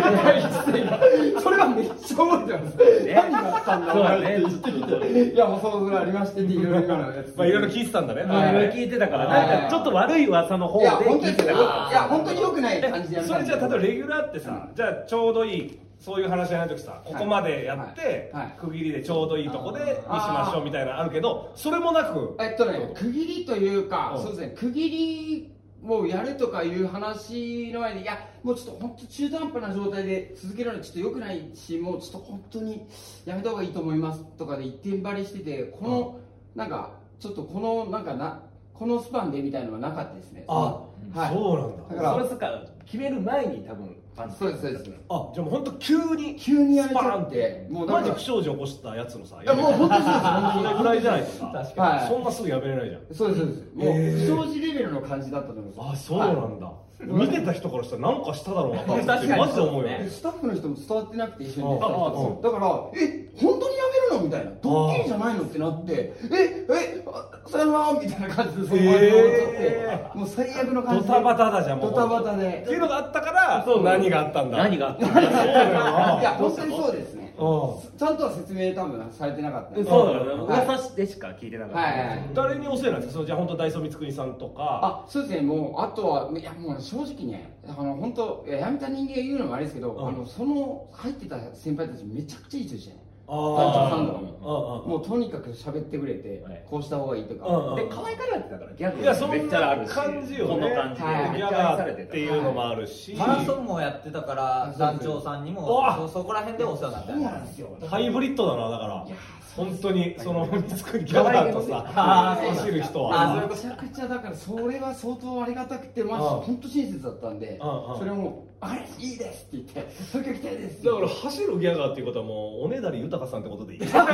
Speaker 2: それはめっちゃ覚えてます、何があったんだお前って言ってきていやもうそろそろありましてっていろいろ今のやつ
Speaker 3: まあいろいろ聞いてたんだね
Speaker 2: はい
Speaker 1: いろいろ聞いてたから、なんかちょっと悪い噂の方
Speaker 2: い
Speaker 1: で
Speaker 2: や本当
Speaker 1: 聞
Speaker 2: に
Speaker 1: いてた
Speaker 2: いや本当に良くない感じでやめ
Speaker 3: そ
Speaker 2: た
Speaker 3: れ
Speaker 2: んで
Speaker 3: じゃあ例えばレギュラーってさ、じゃあちょうどいいそういう話じゃない時さここまでやって、
Speaker 2: はいはい
Speaker 3: 区切りでちょうどいいとこでにしましょうみたいなのあるけどそれもなく
Speaker 2: えっとね、区切りというか、
Speaker 3: うん
Speaker 2: そうですね、区切りをやるとかいう話の前に、いや、もうちょっと本当、中途半端な状態で続けるのはちょっと良くないし、もうちょっと本当にやめた方がいいと思いますとかで一点張りしてて、この、なんか、ちょっとこの、なんかな、このスパンでみたいなのはなかったですね。
Speaker 3: あ、
Speaker 2: はい
Speaker 3: そうなんだ
Speaker 2: だか
Speaker 1: そ
Speaker 2: ら
Speaker 1: れとか決める前に多分パン
Speaker 2: そうです、そうです。
Speaker 3: あじゃあもう本当急に
Speaker 2: 急にやめち
Speaker 3: スパー
Speaker 2: ゃ
Speaker 3: ン
Speaker 2: っ
Speaker 3: ってて、
Speaker 2: もうな
Speaker 3: マ
Speaker 2: ん
Speaker 3: ジ
Speaker 2: か、
Speaker 3: 不祥事起こしたやつのさ
Speaker 2: いや、もう本当に そうです、
Speaker 3: そ
Speaker 2: 本当
Speaker 3: れ
Speaker 2: に
Speaker 3: ぐらいじゃないとさ
Speaker 4: 確
Speaker 2: は
Speaker 4: か
Speaker 2: い
Speaker 3: そんなすぐやめれないじゃん
Speaker 2: そうです、そうです。もう、
Speaker 3: えー
Speaker 2: 不祥事レベルの感じだったと思います。
Speaker 3: あそうなんだ、見てた人からしたらなんかしただろうな
Speaker 4: 確かに
Speaker 3: マジで思うよね
Speaker 4: ね
Speaker 2: スタッフの人も伝わってなくて一緒に出たり
Speaker 3: あああ
Speaker 2: とかだから「え本当にやめるの?」みたいな「ドッキリじゃないの?」ってなって「ええあさよなら」みたいな感じでそのまま戻っちゃって、
Speaker 3: え
Speaker 2: もう最悪の感
Speaker 3: ド
Speaker 2: じで
Speaker 3: タバタだじゃんも
Speaker 2: ド
Speaker 3: う
Speaker 2: タバタ
Speaker 3: っ
Speaker 2: で
Speaker 3: ていうのがあったから何があったんだ
Speaker 1: 何があったんだ
Speaker 3: そうだよ
Speaker 2: い
Speaker 3: な
Speaker 2: や本当にそうですね
Speaker 3: う
Speaker 2: ちゃんとは説明多分されてなかったね
Speaker 1: そうだから噂でしか聞いてなかった、
Speaker 2: はいはい
Speaker 3: ん誰にお世話なんですかそうじゃあ本当ダイソー光圀さんとか
Speaker 2: あそうですねもうあとはいやもう正直ねあの本当いや辞めた人間が言うのもあれですけど、
Speaker 3: うん
Speaker 2: あのその入ってた先輩たちめちゃくちゃいい人でしたね
Speaker 3: あ
Speaker 2: 団長さんとか
Speaker 3: う
Speaker 2: も
Speaker 3: んうん
Speaker 2: もうとにかく喋ってくれて、
Speaker 1: はい
Speaker 2: こうした方がいいとか、
Speaker 3: うんうん
Speaker 1: で可愛がられてたからギャグ
Speaker 3: いやそんな
Speaker 1: めっちゃあるし
Speaker 3: 感じよね
Speaker 1: この感じで、
Speaker 2: はい
Speaker 1: めっ
Speaker 3: ギ
Speaker 1: ち
Speaker 3: ャ
Speaker 1: ゃ愛さ
Speaker 3: ガ
Speaker 1: れ
Speaker 3: ー
Speaker 1: て
Speaker 3: ったていうのもあるし
Speaker 4: マラソンもやってたから団長さんにも
Speaker 3: うわ
Speaker 4: そそこら辺でお世話になった
Speaker 2: そうなんですよ
Speaker 3: ハイブリッドだなだから本当にその光圀ギャ
Speaker 1: 可愛
Speaker 3: ガ
Speaker 1: げ
Speaker 3: ー
Speaker 1: も
Speaker 3: と
Speaker 1: ね
Speaker 3: さ
Speaker 4: あーそうなんだ
Speaker 3: 走る
Speaker 4: あ
Speaker 3: 人
Speaker 4: ーそう
Speaker 3: は
Speaker 4: いう
Speaker 2: めちゃくちゃだからそれは相当ありがたくてまあ
Speaker 3: うん
Speaker 2: 本当親切だったんで
Speaker 3: うんうん
Speaker 2: それをもう「あれいいです」って言って「東京行きたいです」
Speaker 3: だから走るギャガーっていうことはもうおねだり豊さんってことでいい
Speaker 2: 本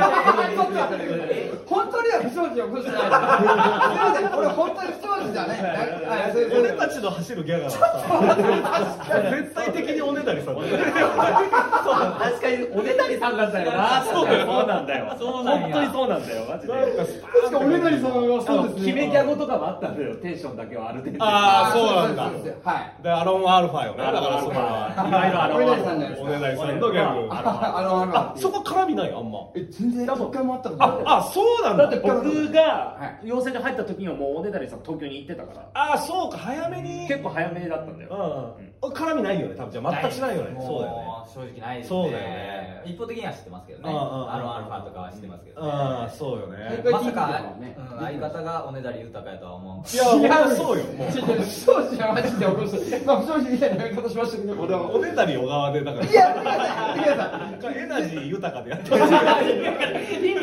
Speaker 2: 当には不祥事を起こしてない です。すみません、これ本当に不祥事じゃね。はい、そうです
Speaker 3: 俺たちの走るギャガーはさ絶対的におねだりさんだよ
Speaker 1: 確かにおねだりさんがだよなそうだよそうなんだよ
Speaker 4: そうなんや
Speaker 1: 本当にそうなんだよマジで
Speaker 3: なんか
Speaker 2: 確か俺なりさんはそうですね。
Speaker 1: 決めギャゴとかもあったんだよテンションだけはある程度
Speaker 3: あーそうなんだ
Speaker 2: そうですそうですはい。
Speaker 3: でアロンアルファよねだ
Speaker 1: ア
Speaker 3: か
Speaker 1: ロンアル
Speaker 3: らそこ
Speaker 1: フ
Speaker 3: は
Speaker 1: ァいろいろアロンアルファ
Speaker 2: い
Speaker 3: おねだりさんのギャグ
Speaker 1: アロンアルファ
Speaker 2: あの、あの、
Speaker 3: あそこ絡みないあんま
Speaker 2: え、全然一回もあったことない。
Speaker 3: ああそうなん
Speaker 1: だ
Speaker 3: だ
Speaker 1: って僕が養成所入った時にはもうおねだりさん東京に行ってたから
Speaker 3: あそうか早めに
Speaker 1: 結構早めだったんだよ
Speaker 3: うん、絡みないよね多分じゃあ全くしないよねそうだよね
Speaker 4: もう正直ないですね
Speaker 3: そうだよね
Speaker 4: 一方的には知ってますけどね
Speaker 3: うんうんう
Speaker 4: ア
Speaker 3: ん
Speaker 4: ロンアルファとかは知ってますけどね
Speaker 3: ああそうよ
Speaker 2: はい
Speaker 3: ね
Speaker 4: まさか、
Speaker 2: ね
Speaker 4: うん相方がおねだり豊かやとは思わんかっ
Speaker 3: いや
Speaker 2: 違う
Speaker 3: 本当そうよもう
Speaker 2: 違う違う、不祥事はマジで起こして、まあ不祥事みたいな言い方しましたけど、俺は。
Speaker 3: おねだり小川でだから
Speaker 2: いや、やってください、やってください。
Speaker 3: なんかエナジー豊かでやってる
Speaker 4: た意味わからんでしょ他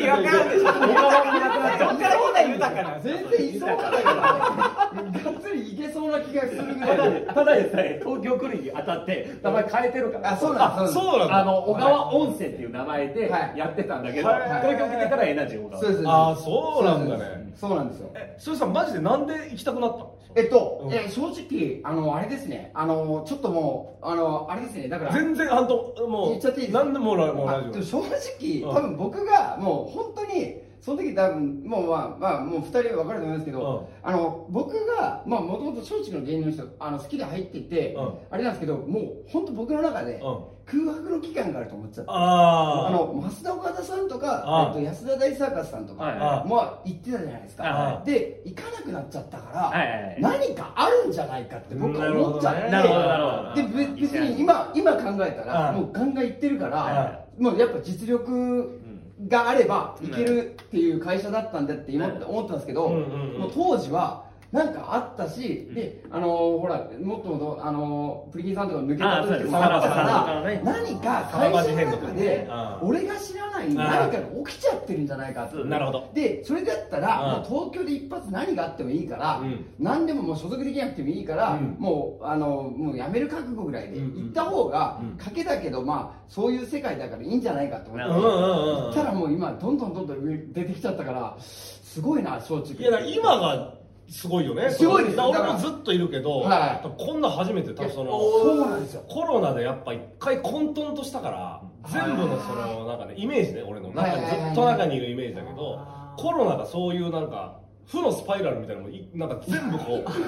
Speaker 4: の方が豊かなんですよ
Speaker 2: 全然いそうだけど、がっつりいけそうな気がするぐ
Speaker 1: た
Speaker 2: ら
Speaker 1: だ
Speaker 2: いで。
Speaker 1: ただでさえ東京来るにあたって名前変えてるから
Speaker 2: あ、そうなん
Speaker 3: あ
Speaker 2: です。
Speaker 3: そうなんだ
Speaker 1: あの小川温泉っていう名前でやってたんだけど、
Speaker 3: はい
Speaker 1: 東京来てからエナジー小川
Speaker 2: そうです。
Speaker 3: ああそうなんだね
Speaker 2: そうなんですよ。
Speaker 3: えそれさマジでなんで行きたくなったの
Speaker 2: えっと、
Speaker 3: うん
Speaker 2: え正直、あの、あれですね、あの、ちょっともう、あの、あれですね、だから、
Speaker 3: 全然あんともう
Speaker 2: 言っちゃっていいですか
Speaker 3: 何でもらうも
Speaker 2: あ
Speaker 3: ラジ
Speaker 2: で
Speaker 3: オ
Speaker 2: も正直、
Speaker 3: うん
Speaker 2: 多分僕が、もう本当に、その時多分、もうまあ、まあ、もう二人分かると思いますけど、あの、僕が、まあ、もともと松竹の芸人の人、あの、好きで入ってて、
Speaker 3: うん
Speaker 2: あれなんですけど、もう、本当僕の中で、
Speaker 3: うん
Speaker 2: 空白の期間があると思っちゃって。あ
Speaker 3: あ
Speaker 2: の増田岡田さんと
Speaker 3: あ
Speaker 2: か、えっと、安田大サーカスさんとか、
Speaker 1: はい
Speaker 3: はい
Speaker 2: まあ行ってたじゃないですか、
Speaker 1: は
Speaker 2: で行かなくなっちゃったから、
Speaker 1: はいはいはい
Speaker 2: 何かあるんじゃないかって僕は思っちゃって、
Speaker 3: なるほどね
Speaker 1: なるほどなるほど
Speaker 2: でべ別に今今考えたら、
Speaker 3: うん
Speaker 2: もうガンガン行ってるから、
Speaker 3: はいは
Speaker 2: もうやっぱ実力があればいけるっていう会社だったんだって今
Speaker 1: うん
Speaker 2: 思ったんですけど、
Speaker 3: うんうんうん
Speaker 2: もう当時は。なんかあったし、で、あのーほら、もっともっと、あのープリキンさんとか抜けた
Speaker 1: あーそう
Speaker 2: 時
Speaker 1: です
Speaker 2: とかもあったか
Speaker 1: さらばさんとからね、
Speaker 2: 何か会社の中で
Speaker 3: うん
Speaker 2: 俺が知らない何かが起きちゃってるんじゃないかって
Speaker 1: うん
Speaker 3: なるほど
Speaker 2: でそれだったら、
Speaker 3: うん
Speaker 2: もう東京で一発何があってもいいから、
Speaker 3: うん
Speaker 2: 何でももう所属できなくてもいいから、
Speaker 3: うん
Speaker 2: もうあのもうやめる覚悟ぐらいで
Speaker 3: うんうん
Speaker 2: 行った方が
Speaker 3: うん
Speaker 2: 賭けだけど、まあそういう世界だからいいんじゃないかと思
Speaker 1: な
Speaker 2: っ
Speaker 1: るほ
Speaker 2: て
Speaker 1: ど
Speaker 2: 行ったらもう今どんどんどんどん上出てきちゃったからすごいな松竹
Speaker 3: いやだから今がすごいよね
Speaker 2: すごいです
Speaker 3: だから俺もずっといるけど、
Speaker 2: はい
Speaker 3: 多分こんな初めて多分その
Speaker 2: そうなんですよ
Speaker 3: コロナでやっぱ一回混沌としたから全部のそのなんかねイメージね俺のなんか
Speaker 2: はいはいはいはい
Speaker 3: ずっと中にいるイメージだけどコロナがそういうなんか負のスパイラルみたいなのもいなんか全部こう
Speaker 2: そ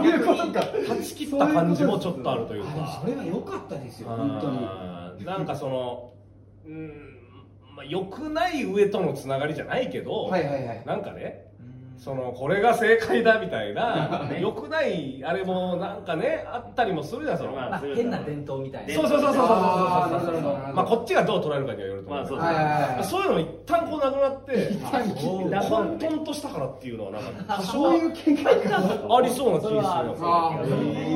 Speaker 2: ういうことか
Speaker 3: 断ち切った感じもちょっとあるという
Speaker 2: あ
Speaker 3: か
Speaker 2: それは良かったですよ本当に
Speaker 3: になんかそのうんまあ良くない上とのつながりじゃないけど、
Speaker 2: はいはいはい
Speaker 3: なんかねそのこれが正解だみたいな、 良くないあれもなんかねあったりもするじゃんその、
Speaker 4: まあ変な伝統みたいな
Speaker 3: そうそうそうそうそうそう
Speaker 2: あー
Speaker 3: そう
Speaker 2: なるほどなるほど
Speaker 3: まあこっちがどう捉えるかによると思
Speaker 1: ま
Speaker 3: う、
Speaker 1: あそう
Speaker 2: はいはい はい
Speaker 3: そういうの一旦こうなくなって
Speaker 1: そう
Speaker 3: 混沌としたからっていうのはなんか多
Speaker 2: そういう
Speaker 3: 少
Speaker 2: 見解が
Speaker 3: ありそうな気がする
Speaker 2: あー
Speaker 4: へ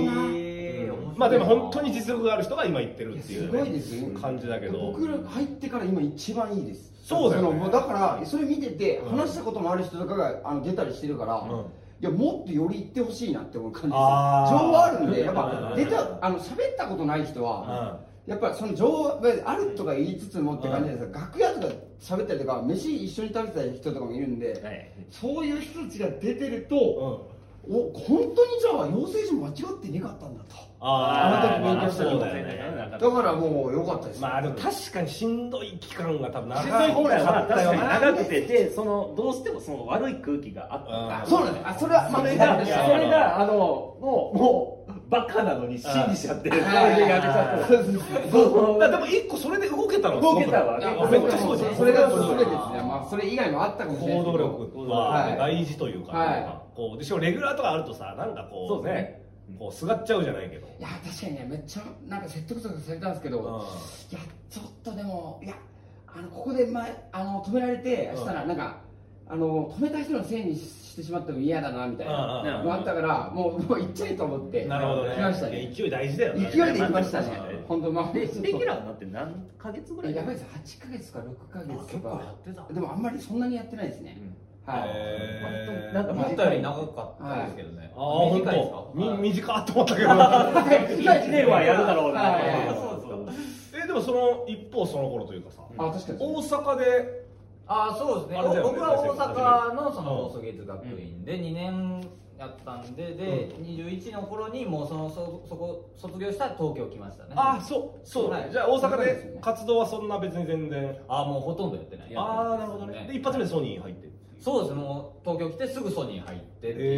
Speaker 4: ー
Speaker 3: まあでも本当に実力がある人が今言ってるっていう、ね、
Speaker 2: いやすごいですよ
Speaker 3: 感じだけど
Speaker 2: 僕ら入ってから今一番いいです
Speaker 3: そうだよね
Speaker 2: のもうだからそれ見てて
Speaker 3: うん
Speaker 2: 話したこともある人とかがあの出たりしてるから、
Speaker 3: ん
Speaker 2: いやもっとより行ってほしいなって思う感じです情
Speaker 3: あー
Speaker 2: はあるんでやっ
Speaker 3: うんうんう
Speaker 2: ぱ
Speaker 3: ん
Speaker 2: 出たあの喋ったことない人は、やっぱりその情はあるとか言いつつもって感じですが、楽屋とか喋ったりとか飯一緒に食べてた人とかもいるんで、
Speaker 1: はい
Speaker 2: そういう人たちが出てると、
Speaker 3: うん
Speaker 2: お本当にじゃあ養成所間違ってなかったんだと
Speaker 3: あー
Speaker 2: あの時勉強した
Speaker 3: まあそう
Speaker 2: のも
Speaker 3: だよね
Speaker 2: だからもう良かったです、
Speaker 3: まあでも確かにしんどい期間が多分長
Speaker 1: しん
Speaker 3: か
Speaker 1: どい
Speaker 3: った
Speaker 1: 方がまあ確かに
Speaker 3: な
Speaker 1: 長くてでそのどうしてもその悪い空気があった
Speaker 2: あそうなんですあそれは
Speaker 1: そ
Speaker 2: 間違
Speaker 1: れ
Speaker 2: い
Speaker 3: い
Speaker 2: な
Speaker 1: が
Speaker 2: い
Speaker 3: や
Speaker 1: それがあのもうもうバカなのに信じちゃって、それでやっちゃった。
Speaker 3: だでも一個それで動けたの
Speaker 1: 動けたわね
Speaker 2: あ
Speaker 3: めっちゃそうじゃん
Speaker 2: それが
Speaker 3: そ
Speaker 2: そ
Speaker 3: れ
Speaker 2: れ
Speaker 3: が
Speaker 2: ですね、まあ、それ以外もあったかもしれな
Speaker 3: 行動
Speaker 2: いですけど
Speaker 3: 力は大事というか、
Speaker 2: はい
Speaker 3: なんかこうでしかもレギュラーとかあるとさなんかこう
Speaker 1: そうね
Speaker 3: こうすがっちゃうじゃないけど、
Speaker 2: いや確かにねめっちゃなんか説得とかされたんですけど、
Speaker 3: うん
Speaker 2: いやちょっとでもいやあのここで、ま、あの止められて
Speaker 3: うん
Speaker 2: したらなんか、あの止めた人のせいにししてしまっても嫌だなみたいな
Speaker 3: うんうんうん
Speaker 2: のあったからもうもう行っちゃいと思って
Speaker 3: なるほどね
Speaker 2: 来ましたね
Speaker 3: いや勢い大事だよね
Speaker 2: 勢いで行きましたね
Speaker 3: まあね
Speaker 2: 本当まあ
Speaker 1: で、レ
Speaker 2: ちょっと
Speaker 1: ギュラーになって何ヶ月ぐらい
Speaker 2: やばいです8ヶ月か6ヶ
Speaker 1: あ
Speaker 2: 月
Speaker 1: 結
Speaker 2: と
Speaker 1: 構や
Speaker 2: か
Speaker 1: ってた。
Speaker 2: でもあんまりそんなにやってないですね、はい、
Speaker 3: へー
Speaker 1: なんか
Speaker 4: 思ったより長かったですけどね。
Speaker 3: ああ本
Speaker 4: 短いですか
Speaker 3: 当み短っと思ったけ ど
Speaker 1: 1年はやるだろうな。
Speaker 2: はい
Speaker 1: そうですか。
Speaker 3: えでもその一方その頃というかさ
Speaker 2: あ確かに
Speaker 3: 大阪で
Speaker 4: ああそうですね
Speaker 3: あれだよね
Speaker 4: 僕は大阪のその放送芸術学院で2年やったんでで、21の頃にもうそのそそこ卒業したら東京来ましたね
Speaker 3: あそうそう、
Speaker 4: はい
Speaker 3: じゃあ大阪
Speaker 2: そうです
Speaker 3: で
Speaker 2: ね
Speaker 3: 活動はそんな別に全然
Speaker 4: ああもうほとんどやってない
Speaker 3: ああなるほどねで一発目でソニー入って
Speaker 4: そうですもう東京来てすぐソニー入ってってい
Speaker 3: へ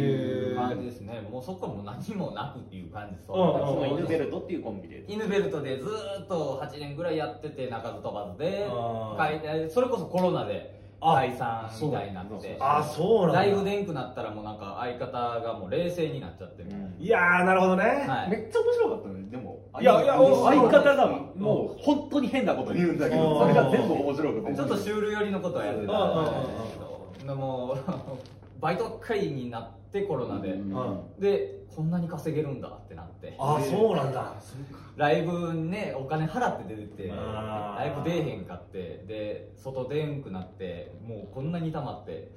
Speaker 3: ー
Speaker 4: う感じですねもうそこはもう何もなくっていう感じです
Speaker 3: うんう
Speaker 1: そ
Speaker 3: ん
Speaker 1: の犬ベ
Speaker 4: ル
Speaker 1: ルトっていうコンビで。
Speaker 4: 犬ベルトでずーっと8年ぐらいやってて鳴かず飛ばずで
Speaker 3: あー
Speaker 4: 解えそれこそコロナで解散みたいにな
Speaker 1: そうそう
Speaker 4: って
Speaker 1: そう
Speaker 3: ああそうなんだ
Speaker 4: ライブでんくなったらもうなんか相方がもう冷静になっちゃってみたいな、
Speaker 3: いやーなるほどね、
Speaker 4: はい
Speaker 1: めっちゃ面白かったね、でも。
Speaker 3: いやいや
Speaker 1: あの
Speaker 3: お
Speaker 1: 相方がもう本当に変なこと言うんだけど、
Speaker 3: あー
Speaker 1: それが全部面白くて。
Speaker 4: ちょっとシュール寄りのことはやってたんですけどでもバイト会になってコロナで、
Speaker 2: うん
Speaker 3: うん
Speaker 4: でこんなに稼げるんだってなって
Speaker 3: ああそうなんだ
Speaker 4: ライブねお金払って出てて
Speaker 3: あー
Speaker 4: ライブ出えへんかってで外出んくなってもうこんなに溜まって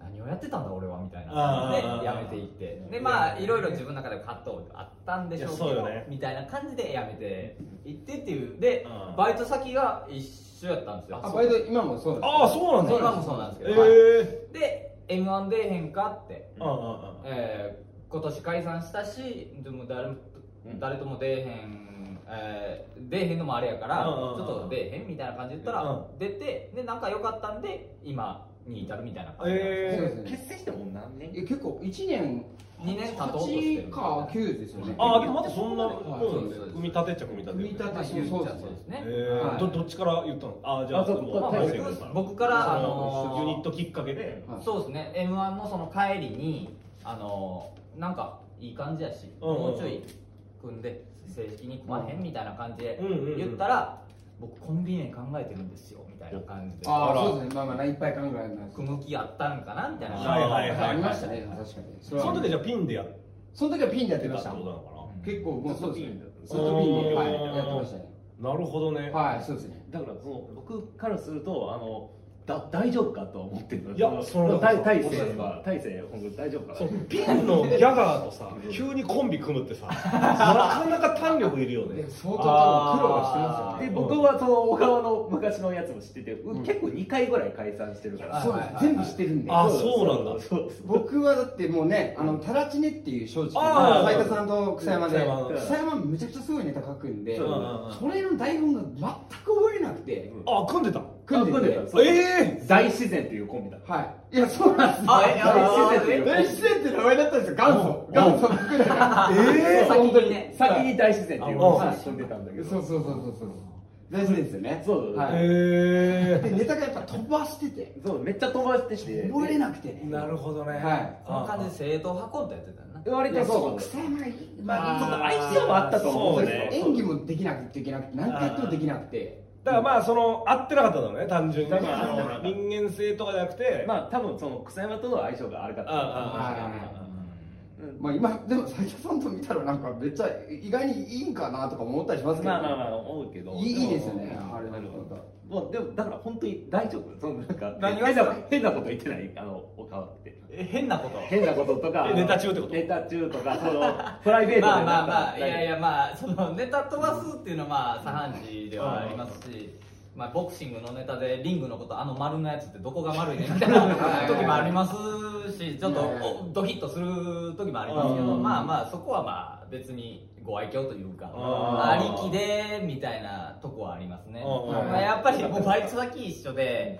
Speaker 4: 何をやってたんだ俺はみたいな
Speaker 3: あ
Speaker 4: で
Speaker 3: ー
Speaker 4: やめていってでまあいろいろ自分の中で葛藤あったんでしょうけ
Speaker 3: いやそう
Speaker 4: ど
Speaker 3: よね
Speaker 4: みたいな感じでやめていってっていうで
Speaker 3: うん
Speaker 4: バイト先が一緒やったんですよ
Speaker 2: あバイト今もそうなんです
Speaker 3: ああそうなんだ
Speaker 4: 今もそうなんですけ
Speaker 3: え
Speaker 4: ど、は
Speaker 3: え
Speaker 4: い
Speaker 3: ー
Speaker 4: で m 1出えへんかって、
Speaker 3: うんうんうん
Speaker 4: えー今年解散したしでも誰も
Speaker 1: うん
Speaker 4: 誰とも出えへん、えー出えへんのもあれやから、
Speaker 3: うんうんうん
Speaker 4: ちょっと出えへんみたいな感じで言ったら、
Speaker 3: う
Speaker 4: 出てで仲良かったんで今に至るみたいな感じなんですよ、
Speaker 3: え
Speaker 2: そうですね
Speaker 1: 結成してもう何年
Speaker 2: え結構1年
Speaker 4: 二年経とうとしてる
Speaker 2: 8か9ですよね
Speaker 3: ー、ああでもまだそんなそうなんだよ
Speaker 4: はい
Speaker 3: 組み立てっちゃ組み立て
Speaker 2: 組み立
Speaker 3: て
Speaker 2: て
Speaker 4: まあ
Speaker 2: そうそうです
Speaker 4: そうですね、
Speaker 3: えー
Speaker 2: はい
Speaker 3: どどっちから言ったのああじゃあ
Speaker 1: あそう
Speaker 3: もう
Speaker 1: まあ
Speaker 4: まあ
Speaker 1: 大
Speaker 3: 大成君から
Speaker 4: 僕僕から、あ
Speaker 3: そ
Speaker 4: の
Speaker 3: の
Speaker 4: ー
Speaker 3: ユニットきっかけで
Speaker 2: はい
Speaker 4: そうですね m 1のその帰りにあのなんかいい感じやし、
Speaker 3: うんうんうん
Speaker 4: もうちょい組んで正式に組まへんみたいな感じで
Speaker 3: うんうんうん
Speaker 4: 言ったら、僕コンビ名考えてるんですよみたいな感じで
Speaker 2: あ
Speaker 3: あら
Speaker 2: あそうですねまあまあいっぱい考えない
Speaker 4: 組む気あったんかなみたいな
Speaker 3: はいはいはい
Speaker 2: ありましたね確かにそ
Speaker 3: そ
Speaker 2: れは
Speaker 3: の時じゃあピンでやっ
Speaker 2: その時はピンでやっててま
Speaker 3: たっ
Speaker 2: してた
Speaker 3: ことなのか
Speaker 2: 結構もうそうですねずっ
Speaker 3: ずっと
Speaker 2: と
Speaker 3: ピ
Speaker 2: ピ
Speaker 3: ン
Speaker 2: ン
Speaker 3: で
Speaker 2: ではい
Speaker 3: うん
Speaker 2: やってましたね
Speaker 3: ななるほどね、
Speaker 2: はいそうですね
Speaker 1: だからその僕からするとあのだ大丈夫かとは思ってるの
Speaker 3: いやその
Speaker 1: 大大
Speaker 3: そう
Speaker 1: 勢
Speaker 3: そう
Speaker 1: は大勢本当に大丈夫か
Speaker 3: そう
Speaker 1: な
Speaker 3: ピンのギャガーとさ急にコンビ組むってさなかなか胆力いるよね
Speaker 2: で相当多分苦労はして
Speaker 4: あ
Speaker 2: ます
Speaker 1: で
Speaker 2: よね
Speaker 1: 僕はその小川の昔のやつも知ってて、結構2回ぐらい解散してるか
Speaker 4: あ
Speaker 1: ら
Speaker 2: そうです全部してるんで
Speaker 3: あそうなんだ
Speaker 1: そうそう
Speaker 2: 僕はだってもうねあのタラチネっていう正直
Speaker 3: あー
Speaker 2: 斉田さんと草山で
Speaker 3: 草山
Speaker 1: の
Speaker 2: 草山めちゃくちゃすごいネタ書くんで
Speaker 1: そう
Speaker 2: それの台本が全く覚えれなくて
Speaker 3: あ組んでた
Speaker 2: 組ん
Speaker 1: あ組ん
Speaker 2: で
Speaker 1: で
Speaker 2: て
Speaker 1: たそう
Speaker 3: え
Speaker 1: 大自然っていうコンビだ
Speaker 2: はいいやそうなんですよ
Speaker 4: あえあ
Speaker 1: 大自然っていうコン
Speaker 2: 大
Speaker 1: ビ
Speaker 2: 自然って名前だったんですよ元祖元祖 僕ら
Speaker 3: ー、えー、
Speaker 2: 本当にね
Speaker 1: 先に大自然っていうコンビ組んでたんだけど
Speaker 2: そうそうそうそうそう大自然ですよね
Speaker 1: そうそう
Speaker 2: はい
Speaker 3: え
Speaker 2: でネタがやっぱ飛ばしてて
Speaker 1: そうめっちゃ飛ばしてして
Speaker 2: 覚えれなくてね
Speaker 3: ー、なるほどね、
Speaker 2: はい
Speaker 4: この感じで正統派コントやってたよな
Speaker 1: 割
Speaker 2: いや
Speaker 1: と
Speaker 2: そ
Speaker 1: そうう
Speaker 2: 草山が
Speaker 1: まあ
Speaker 2: まあ
Speaker 1: 相性もあったと思う
Speaker 3: そ
Speaker 1: ん
Speaker 3: う
Speaker 1: だけど
Speaker 3: ね
Speaker 2: 演技もできなくていけなくて何回やってもできなくて
Speaker 3: だからまあその合ってなかったんだろうね単純にね
Speaker 1: だから
Speaker 3: その人間性とかじゃなくて
Speaker 1: まあ多分その草山との相性が悪かっ
Speaker 3: ああ
Speaker 1: た
Speaker 3: あああ
Speaker 1: うん
Speaker 2: まあ今でも斉田さんと見たらなんかめっちゃ意外にいいんかなとかも思ったりしますけど
Speaker 1: まあまあまあ思うけど
Speaker 2: いいいいですよね
Speaker 1: も
Speaker 2: あれ
Speaker 1: な
Speaker 2: な
Speaker 1: る
Speaker 2: る
Speaker 1: ほ
Speaker 2: ほ
Speaker 1: ど
Speaker 2: ど
Speaker 1: もうでもだから本当に大丈夫そのなんか
Speaker 4: 何が
Speaker 1: 変な変なこと言ってないあのおかわって
Speaker 4: え変なこと
Speaker 1: 変なこととか
Speaker 3: えネタ中ってこと
Speaker 1: ネタ中とかそのプライベートで
Speaker 4: ま あ
Speaker 1: なんか
Speaker 4: まあまあいやいやまあそのネタ飛ばすっていうのはまあ左半次ではありますし、まあ、ボクシングのネタでリングのことあの丸のやつってどこが丸いねみたいな時もありますしちょっとおドキッとする時もありますけど
Speaker 3: うん
Speaker 4: まあまあそこはまあ別にご愛嬌というか
Speaker 3: あ
Speaker 4: あ
Speaker 3: ー
Speaker 4: りきでみたいなとこはありますね、
Speaker 3: うん
Speaker 2: うん
Speaker 4: まあ、やっぱりもうバイト先一緒で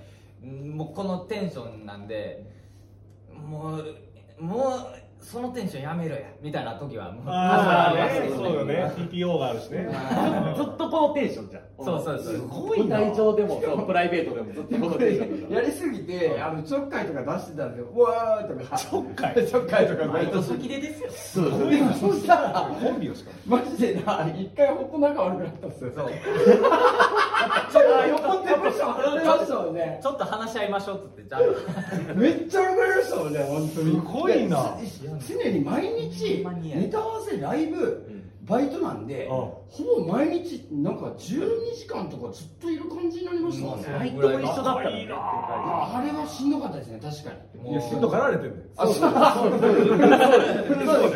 Speaker 4: もうこのテンションなんでもうもうそのテンションやめろやみたいな時はもう多々
Speaker 3: ああ
Speaker 4: ります
Speaker 3: ね
Speaker 4: よ
Speaker 3: そうよね TPO があるしね
Speaker 1: ずっとこのテンションじゃん
Speaker 4: そうそうそう
Speaker 1: すごいな舞台上でもそうプライベートでもずっとこのテンションじゃ
Speaker 2: やりすぎて、あのちょっかいとか出してたんですよ、うわーとか、ちょっ
Speaker 3: かい
Speaker 2: ちょっかいとか、毎年、
Speaker 4: 嘘切れですよ
Speaker 1: そうそう
Speaker 2: そしたら、
Speaker 3: コンビをしかも
Speaker 2: マジでな、一回、ほんと仲悪くなったんですよ、
Speaker 4: そう
Speaker 2: あ横ってましたもんね、
Speaker 4: ちょっと話し合いましょうっつってじゃあ
Speaker 2: めっちゃ悪くなりましたもんね、本当に。
Speaker 3: すごいな
Speaker 2: で常に毎日、ネタ合わせ、ライブ、バイトなんで、
Speaker 3: ん
Speaker 2: ほぼ毎日、なんか12時間とかずっといる感じになりましたもんね。
Speaker 1: バイトも一緒だったからね
Speaker 2: ああれはしんどかったですね、確かに。
Speaker 3: いやしんどかられてるね
Speaker 2: あそう
Speaker 1: そ う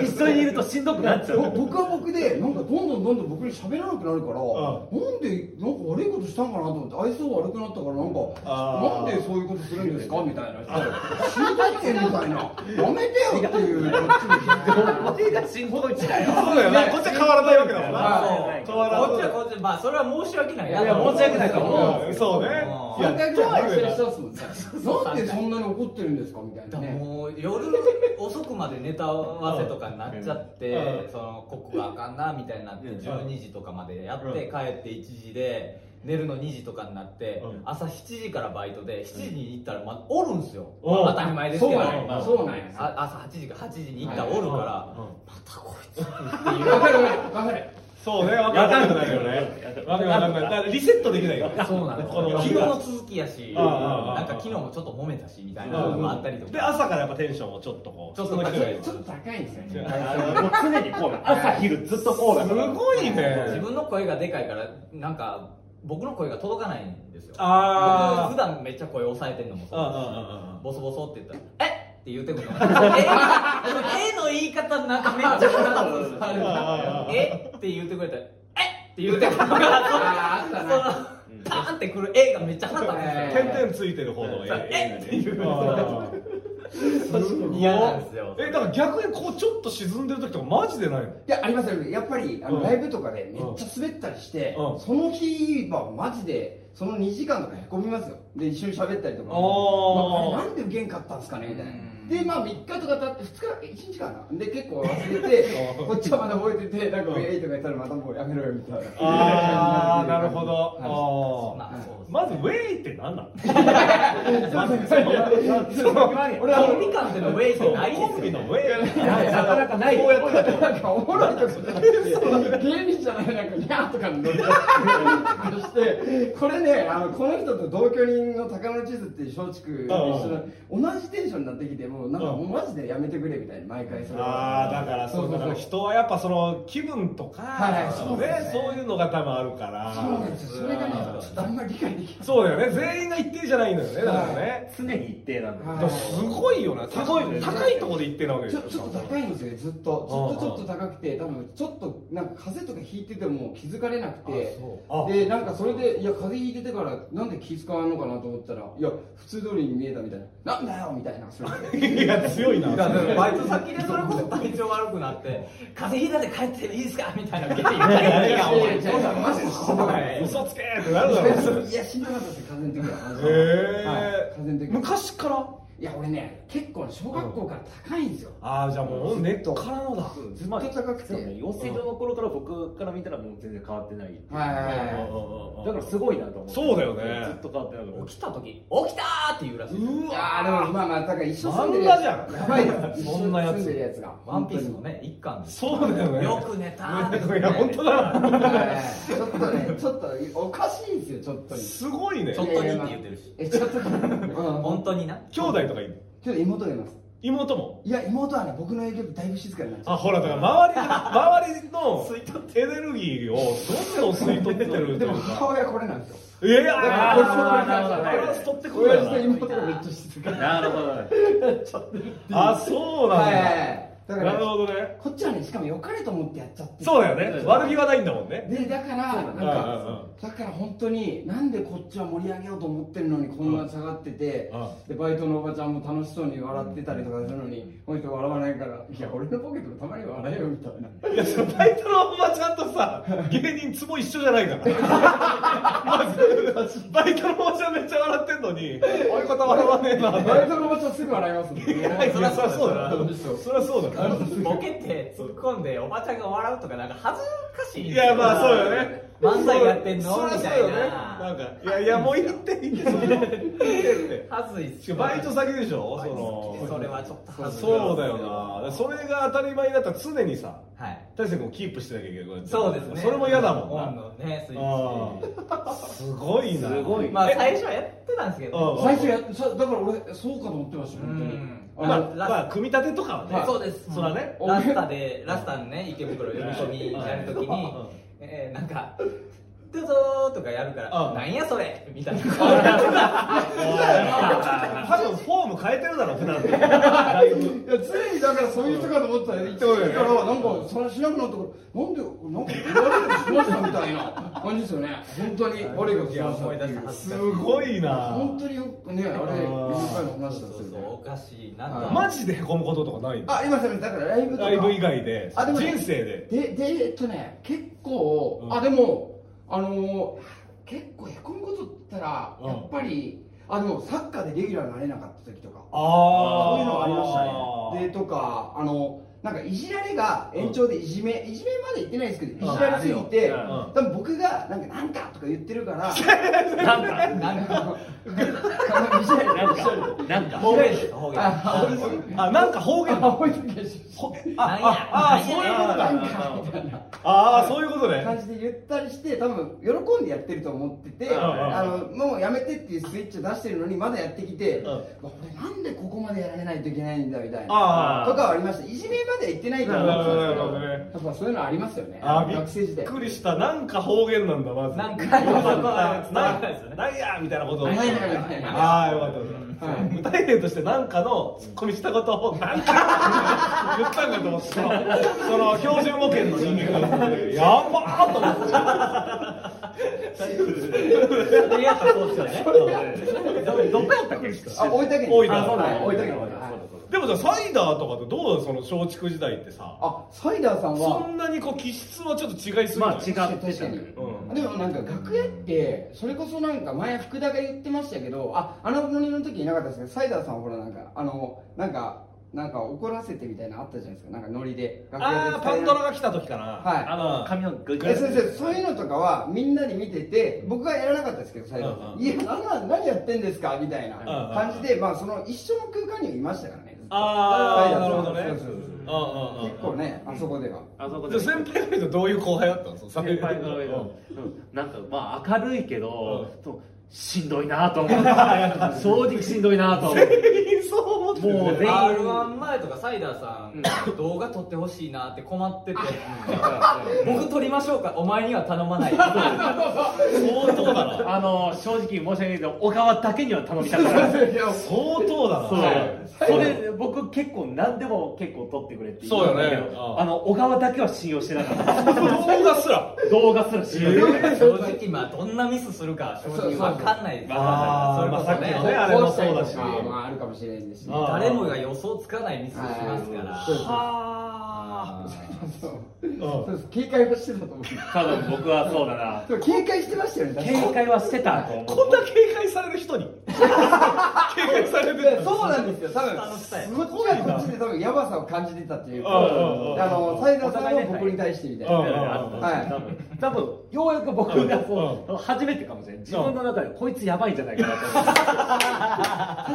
Speaker 1: 一緒にいるとしんどくなっちゃう
Speaker 2: ぼ僕は僕で、なんかどんどんどんどん僕に喋らなくなるから、なんでなんか悪いことしたんかなと思って、愛想悪くなったから、なん
Speaker 3: あ
Speaker 2: か、
Speaker 3: ー
Speaker 2: なんでそういうことするんですかみたいな、知りたいけんみたいな、やめてよっていう、こ
Speaker 1: お前がしんどいんだよ
Speaker 3: そうだよねこっちは変わらないわけだもん
Speaker 2: は
Speaker 3: な
Speaker 4: そう
Speaker 3: 変わら
Speaker 4: こっち
Speaker 3: ず
Speaker 4: はこっちまあそれは申し訳ない
Speaker 1: いやいや申し訳ないと思
Speaker 3: うんそうね
Speaker 4: うん
Speaker 3: いや
Speaker 2: 3回ぐらい一緒にしたんですもんね、なんでそんなに怒ってるんですかみたいなね。
Speaker 4: もう夜遅くまでネタ合わせとかになっちゃって、
Speaker 3: うん
Speaker 4: そのここがあかんなみたいになって
Speaker 3: うん
Speaker 4: 12時とかまでやって、
Speaker 3: う
Speaker 4: 帰って1時で寝るの2時とかになって、
Speaker 3: うん
Speaker 4: 朝7時からバイトで7時に行ったらまおるんすよ、
Speaker 3: うん
Speaker 4: まあ当たり前です
Speaker 2: そ
Speaker 4: け
Speaker 2: う
Speaker 4: ど、
Speaker 2: なんや、そうなんや。
Speaker 4: あ朝8時か8時に行ったらおるから、またこいつっていう
Speaker 2: わかるわかるわかる。
Speaker 3: そうね分かんなくなるよね分かんなくなるだからリセットできないよね
Speaker 4: そうなんです
Speaker 3: この
Speaker 4: よ昨日の続きやし
Speaker 3: うんうんうん
Speaker 4: なんか昨日もちょっと揉めたしみたいなのもあったりとか
Speaker 3: で朝からやっぱテンションをちょっとこう
Speaker 4: ちょっと高い
Speaker 2: ちょっと高いんですよ
Speaker 1: もう
Speaker 2: ね。
Speaker 1: 常にこうだ朝昼ずっとこうだ
Speaker 3: す
Speaker 1: から
Speaker 3: ごいね
Speaker 4: 自分の声がでかいからなんか僕の声が届かないんですよ
Speaker 3: あー
Speaker 4: 僕普段めっちゃ声抑えてんのもそうだし
Speaker 3: あ
Speaker 4: ボソボソって言ったら「えっ!」って言うてくるのええの言い方なんかめっちゃ腹立つある
Speaker 3: あー
Speaker 4: えって言ってくれたら「えっ!」って言ってくるのが
Speaker 2: ああ、あっ
Speaker 4: そ
Speaker 2: た
Speaker 4: の
Speaker 2: な。
Speaker 4: パーンってくる絵がめっちゃ腹立つんですよ
Speaker 3: 点々ついてる方のえっていう
Speaker 4: 嫌なんですよ
Speaker 3: えだから逆にこうちょっと沈んでる時とかマジでないの
Speaker 2: いや、ありますよ。やっぱり、あ
Speaker 3: うん
Speaker 2: の、ライブとかでめっちゃ滑ったりして、
Speaker 3: うん
Speaker 2: その日はマジで、その2時間とかへこみますよ。で、一緒に喋ったりとか。
Speaker 3: おー
Speaker 2: まああれなんで受けんかったんですかねみたいな
Speaker 4: うん。
Speaker 2: で、まあ3日とか経って、2日、1日かな。で、結構忘れ て、こっちはまだ覚えてて、なんか、えいとか言ったらまたもうやめろよ、みたいな。
Speaker 3: ああなるほ
Speaker 2: は
Speaker 4: そう
Speaker 3: ど
Speaker 4: なんですよ
Speaker 3: まずウェイって何なの
Speaker 2: い俺
Speaker 4: 俺
Speaker 2: は
Speaker 4: は、コンビ間でのウェイってないですよ
Speaker 3: コンビのウェイ
Speaker 1: なかなかない
Speaker 3: こうやって
Speaker 2: なんかおもろいとかじゃなくて、芸人じゃない、なんか、にゃーとかのノリだったりして、これね、あのこの人と同居人の高野地図っていう松竹で一緒の同じテンションになってきて、もうなんか、もうマジでやめてくれみたいな、毎回それ
Speaker 3: ああだからそうだから人はやっぱその気分とかねそういうのが多分あるから
Speaker 2: そうなんですよ、それがね、ちょっとあんまり理解できない。
Speaker 3: そうだよね全員が一定じゃないのよねだからね
Speaker 1: 常に一定なんだよ
Speaker 3: だからすごいよな高い高いところで一定なわけでし
Speaker 2: ちょ
Speaker 3: ょ
Speaker 2: ちょっと高いんですよね、ずっと、ずっとちょっと高くて、多分ちょっとなんか風邪とかひいてても気づかれなくて、
Speaker 3: あ
Speaker 2: で、なんかそれで、いや、風邪ひいててから、なんで気使わんのかなと思ったら、いや、普通通りに見えたみたいな、なんだよみたいな、それで
Speaker 3: いや強いな
Speaker 4: だからバイト先でそれこそ体調悪くなって 風邪ひいたんで帰っていいですかみたいなの言ったらいやお前
Speaker 2: いやいやマジでしんどかったで
Speaker 3: 嘘つけってなるだろ
Speaker 2: す。いや、しんどかったです、風邪の時は。マジではい
Speaker 3: へ
Speaker 2: 風
Speaker 3: え
Speaker 2: 邪の時は。
Speaker 3: 昔から
Speaker 2: いや、俺ね、結構小学校から高いんですよ。
Speaker 3: ああじゃあもう根っからのだ
Speaker 1: ず
Speaker 2: ずっと高くて。
Speaker 1: そうね、養成所の頃から僕から見たらもう全然変わってないっていう
Speaker 2: はいはいはいはい
Speaker 1: だからすごいなと思って
Speaker 3: そうだよね
Speaker 1: ずっと変わってなかっ
Speaker 4: 起きた時起きたーって言うらしいです
Speaker 3: う
Speaker 2: い
Speaker 3: わ
Speaker 2: やーでもまあまあだから一緒に住んでるやつ
Speaker 3: 漫画じゃん
Speaker 2: やばいです
Speaker 3: そんなやつ
Speaker 2: 一緒に住んでるやつが
Speaker 4: ワンピースのね一巻です
Speaker 3: そうだよね
Speaker 4: よく寝たーって
Speaker 3: いや本当だ
Speaker 2: はいちょっとねちょっとおかしいんですよちょっとに
Speaker 3: すごいね
Speaker 4: ちょっとにって言ってるし
Speaker 2: えちょっとうん
Speaker 4: 本当にな
Speaker 3: 兄弟とかいるの
Speaker 2: ちょっと妹がいます
Speaker 3: 妹も
Speaker 2: いや妹はね僕の影響でだいぶ静かになっちゃ
Speaker 3: あ
Speaker 2: っ
Speaker 3: ほらだから周り周りのエネルギーをどんどん吸い取ってってると
Speaker 2: たで
Speaker 3: い
Speaker 2: も
Speaker 3: う
Speaker 2: 母
Speaker 3: か
Speaker 2: 親これなんですよ
Speaker 3: ええ
Speaker 2: だからこいつもこれ
Speaker 1: あーなるほどね
Speaker 2: なん
Speaker 3: バラン
Speaker 2: です
Speaker 3: ス
Speaker 2: よ
Speaker 3: 取ってこい
Speaker 2: 親
Speaker 3: よ
Speaker 2: 父と
Speaker 3: な
Speaker 2: 妹がめっちゃ静か
Speaker 1: たなるほどね
Speaker 3: あそうなん
Speaker 2: はいはい
Speaker 3: だ
Speaker 2: はいだか
Speaker 3: なる
Speaker 2: ら
Speaker 3: ほどね
Speaker 2: こっちはねしかも良かれと思ってやっちゃって
Speaker 3: そうだよね悪気はないんだもんね
Speaker 2: でだからなん
Speaker 3: うんうん
Speaker 2: かだから本当になんでこっちは盛り上げようと思ってるのにこんな下がってて
Speaker 3: うん
Speaker 2: でバイトのおばちゃんも楽しそうに笑ってたりとかするのにこの人笑わないからいや俺のポケットもたまに笑えよみたい ない
Speaker 3: やそのバイトのおばちゃんとさ芸人ツボ一緒じゃない からまずバイトのおばちゃんめっちゃ笑ってんのに相方笑わねえな
Speaker 2: バイトのおばちゃんすぐ笑いますもんね
Speaker 3: いやそりゃそうだなそりゃそうだ
Speaker 4: ボケて突っ込んでおばちゃんが笑うとかなんか恥ずかしい
Speaker 3: いやまあそうよね
Speaker 4: 漫才やってんの
Speaker 3: そう
Speaker 4: み
Speaker 3: そ
Speaker 4: た
Speaker 3: うよ
Speaker 4: い
Speaker 3: ねな
Speaker 4: なん
Speaker 3: かいやいやもう行って行ってその行ってって
Speaker 4: 恥ずいっ
Speaker 3: し
Speaker 4: す
Speaker 3: か
Speaker 4: よ
Speaker 3: もバイト先でしょ
Speaker 4: バイト
Speaker 3: そ
Speaker 4: それ
Speaker 3: の
Speaker 4: はちょっと恥ずい
Speaker 3: そうだよなだからそれが当たり前だったら常にさ
Speaker 4: はい
Speaker 3: 大成君をキープしてなきゃいけない
Speaker 4: そうですね
Speaker 3: それも嫌だもんな
Speaker 4: 温度ねスイッ
Speaker 3: あーすごいな
Speaker 1: すごい
Speaker 4: チまあ最初はやってたんですけど
Speaker 3: うん
Speaker 2: 最初やさだから俺そうかと思ってました
Speaker 4: う
Speaker 2: 本当に
Speaker 4: ん
Speaker 3: まあ、
Speaker 4: ラス
Speaker 3: まあ、組み立てとかはね、
Speaker 4: はいそうです
Speaker 3: そらね、
Speaker 4: ラスタでラスタのね池袋呼び込み
Speaker 3: うん
Speaker 4: やるとき
Speaker 3: うん
Speaker 4: にえーなんか「どうぞ」とかやるから
Speaker 3: うん
Speaker 4: 「なんやそれ」みた いな顔やってた
Speaker 3: 多分フォーム変えてるだろう、普段のだいぶ。
Speaker 2: いや常にだからそういう人かと思ったら言って
Speaker 3: そうよ
Speaker 2: るからなんかそれしなくなったからなんでなんか言われたりしましたみたいな感じですよね本当に悪いことしましたっていう
Speaker 4: 恥ず
Speaker 3: す
Speaker 4: かしい
Speaker 3: ごいな。
Speaker 2: 本当によくねあれ
Speaker 3: あー
Speaker 2: 何回も話したんで
Speaker 4: そ
Speaker 2: す
Speaker 4: うそ
Speaker 2: けど
Speaker 4: うおかしいなと
Speaker 2: はい
Speaker 3: マジでへこむこととかないの
Speaker 2: あ、今だからライブとか
Speaker 3: ライブ以外で、
Speaker 2: あでもね
Speaker 3: 人生で。
Speaker 2: ででえっとね結構、
Speaker 3: うん
Speaker 2: あでもあのー結構へこむことって言ったら、
Speaker 3: うん
Speaker 2: やっぱりあのサッカーでレギュラーになれなかった時とか
Speaker 3: あ
Speaker 2: そ
Speaker 3: あ
Speaker 2: ういうのがありましたねでとかあのなんかいじられが延長でいじめ、いじめまで言ってないですけど、
Speaker 3: うん
Speaker 2: いじられすぎて、
Speaker 3: あるようん
Speaker 2: 多分僕がなんかなんかとか言ってる から、
Speaker 1: なんか、
Speaker 4: なんか
Speaker 2: いじられる
Speaker 1: なんか、なんか、
Speaker 4: 方言です方言
Speaker 2: あ
Speaker 4: 方言方言
Speaker 3: あ、なんか方言。
Speaker 2: あほいとけし
Speaker 3: ほ
Speaker 4: なんや
Speaker 3: あ
Speaker 4: な
Speaker 3: あ
Speaker 4: んや
Speaker 3: そういうこと
Speaker 2: な
Speaker 3: だ
Speaker 2: んかみたいな。
Speaker 3: ああ、そういうことね。
Speaker 2: 感じで言ったりして多分喜んでやってると思ってて
Speaker 3: うんうん
Speaker 2: あのもうやめてっていうスイッチを出してるのにまだやってきて
Speaker 3: うん
Speaker 2: 俺なんでここまでやられないといけないんだみたいな
Speaker 3: あ
Speaker 2: とか
Speaker 3: あ。
Speaker 2: はありましたいじめまでは言ってないと思うんですけどやっぱそういうのありますよね
Speaker 3: あー
Speaker 2: 学生時
Speaker 3: びっ
Speaker 2: 代
Speaker 3: くりした。なんか方言なんだ、まず。
Speaker 4: なんか
Speaker 3: よ
Speaker 4: そこ
Speaker 3: か
Speaker 4: は
Speaker 3: った
Speaker 4: 伝わらないですよ
Speaker 3: な
Speaker 4: ね
Speaker 3: なんやみたいなことを。
Speaker 2: はいはいはい
Speaker 3: ああ、よかったです。
Speaker 2: はい
Speaker 3: 大変として何かのツッコミしたことを何か言ったんかと思ってその標準語圏の人間がやばーと思って
Speaker 4: いやそうですよねどこやったっけ
Speaker 2: あ大分県
Speaker 3: 大分
Speaker 2: あそうだね
Speaker 3: 大分
Speaker 2: 大分
Speaker 3: 県
Speaker 2: 県
Speaker 3: でもさサイダーとかってどうその松竹時代ってさ
Speaker 2: あサイダーさん
Speaker 3: そ
Speaker 2: は
Speaker 3: んなにこう気質はちょっと違いすぎ
Speaker 1: まあ
Speaker 3: ない、
Speaker 1: 違って
Speaker 2: 確
Speaker 1: た
Speaker 2: かに
Speaker 1: ね。
Speaker 3: うん
Speaker 2: でもなんか楽屋ってそれこそなんか前福田が言ってましたけどああのノリの時いなかったですけどサイダーさんはほらなんかあのなんかなんか怒らせてみたいなのあったじゃないですかなんかノリで楽屋で
Speaker 3: ああパンドラが来た時かな
Speaker 2: はい
Speaker 1: あの、髪のグ
Speaker 2: え先生そういうのとかはみんなに見てて僕はやらなかったですけど最後、
Speaker 3: うんうん
Speaker 2: いやなんなん何やってんですかみたいな
Speaker 3: うんうん
Speaker 2: 感じで、まあその一緒の空間にもいましたからねずっと
Speaker 3: ああ
Speaker 2: サ
Speaker 3: な
Speaker 2: イ
Speaker 3: る
Speaker 2: ダ
Speaker 3: ほ
Speaker 2: ーさ
Speaker 3: ど
Speaker 2: ん
Speaker 3: ね
Speaker 2: そうそう
Speaker 3: うんうんうん
Speaker 2: そう結構ねあそこでは、
Speaker 1: あそこ
Speaker 3: じ
Speaker 1: で
Speaker 3: ゃあ先輩から見るとどういう後輩だったのその
Speaker 1: 先輩の上の、うんなんかまあ明るいけど、そうしんどいなと思う正直しんどいなと 思う
Speaker 3: 全員そう思ってるね
Speaker 1: もう全員
Speaker 4: R1 前とかサイダーさん動画撮ってほしいなって困ってて僕撮りましょうかお前には頼まない
Speaker 3: 相当だな
Speaker 1: あの正直申し訳ないけど小川だけには頼みたくない
Speaker 2: いや
Speaker 3: 相当だな
Speaker 1: そう、
Speaker 2: はい
Speaker 1: それ僕結構何でも結構撮ってくれって言
Speaker 3: そうよね
Speaker 1: んだけど
Speaker 3: うん
Speaker 1: あの小川だけは信用してなか った
Speaker 3: 動画すら
Speaker 1: 動画すら信用してなかった
Speaker 4: 正直まあどんなミスするか正直わかんないです
Speaker 3: あーまあさっ
Speaker 4: そ
Speaker 3: き
Speaker 4: れこそ
Speaker 3: のね
Speaker 4: ね
Speaker 3: あれもそうだし
Speaker 2: とかまああるかもしれないですし、ね、
Speaker 3: あー
Speaker 4: 誰もが予想つかないミスをしますから
Speaker 2: はいそうです
Speaker 4: は
Speaker 2: そう
Speaker 3: うん
Speaker 2: そうです警戒はしてたと思う
Speaker 1: 多分僕はそうだな
Speaker 2: でも警戒してましたよね確かに
Speaker 1: 警戒はしてたと思う
Speaker 3: こんな警戒される人に警戒されてる
Speaker 2: そうなんですよ、多
Speaker 4: 下の
Speaker 2: 分
Speaker 4: 下や
Speaker 2: 向こうがこっちで多分やばさを感じてたっていうか、
Speaker 3: うんうんうん
Speaker 2: あのサイダーさんも僕に対してみたい
Speaker 3: うん
Speaker 2: な、
Speaker 3: うん
Speaker 2: はい
Speaker 1: 多分多分ようやく僕がこう、
Speaker 3: う
Speaker 1: 初めてかもしれない自分の中でこいつやばいんじゃないかなと思って
Speaker 2: 確かに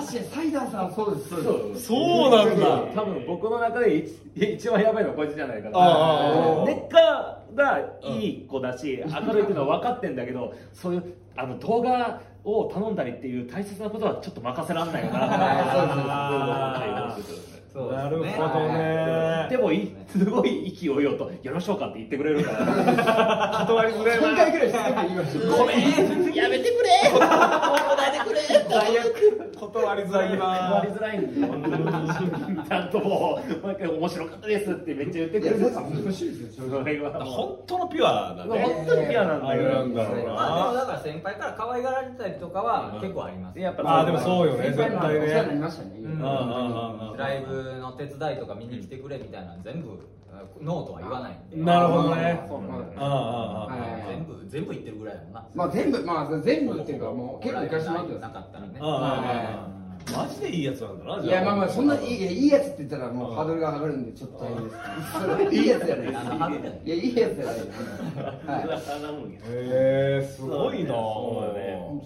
Speaker 2: サイダーさんはそうです、そうです。
Speaker 1: そう
Speaker 3: そうなんだ
Speaker 1: 多分僕の中で一一番やばいのはこいつじゃないかな
Speaker 3: ああ
Speaker 1: 根っからがいい子だし明るいっていうのは分かってんだけどそういうあの動画を頼んだりっていう大切なことはちょっと任せられないよな
Speaker 3: あ
Speaker 1: そうそうそう
Speaker 4: いそう
Speaker 3: な
Speaker 4: で
Speaker 3: る
Speaker 4: す
Speaker 3: ほ
Speaker 4: ね
Speaker 3: どね
Speaker 1: でもいすごい勢いよと「よろしょうか」って言ってくれるから
Speaker 3: 断りづらい
Speaker 2: 3回ぐらいしつけて言いましたよ。
Speaker 3: 断りづらい
Speaker 1: 断
Speaker 3: な
Speaker 1: りづらいんだよちゃんともう毎回面白かったですってめっちゃ言って
Speaker 2: い
Speaker 1: くれ
Speaker 2: や、
Speaker 1: る
Speaker 2: サイダーさん面白いですよ、
Speaker 1: そ
Speaker 2: 正直。
Speaker 1: れはもう
Speaker 3: 本当のピュアだね
Speaker 1: 本当に嫌なんだ
Speaker 3: あれな
Speaker 1: よ
Speaker 3: んだろう
Speaker 4: まあでも
Speaker 3: な
Speaker 4: だから先輩から可愛がられたりとかは結構あります
Speaker 1: やっぱ
Speaker 3: まあでもそうよね
Speaker 2: 先輩もお世話になりましたね。
Speaker 4: うん
Speaker 3: うんうんうんうん
Speaker 4: ライブの手伝いとか見に来てくれみたいなの全部ノーとは言わないんで
Speaker 3: なるほどね
Speaker 1: そうなんだよね
Speaker 3: ああああ
Speaker 2: はい
Speaker 4: 全部全部言ってるぐらいだもんな
Speaker 2: まあ全部、まあ全部っていうか、もう結構行かしてもらって
Speaker 4: な
Speaker 2: ま
Speaker 4: かったらね
Speaker 3: ああああああマジでいいやつなんだな、
Speaker 2: いやまあまあそんなにい
Speaker 3: い。
Speaker 2: いいいやつって言ったらもうハードルが上がるんでちょっと大変ですけどそれいいやつじゃないです
Speaker 4: あの
Speaker 2: いやいいやつじゃないですは
Speaker 1: 噂なもんや
Speaker 3: へえ、すごいな。
Speaker 1: そうだね
Speaker 2: い
Speaker 1: そ
Speaker 2: 本
Speaker 1: う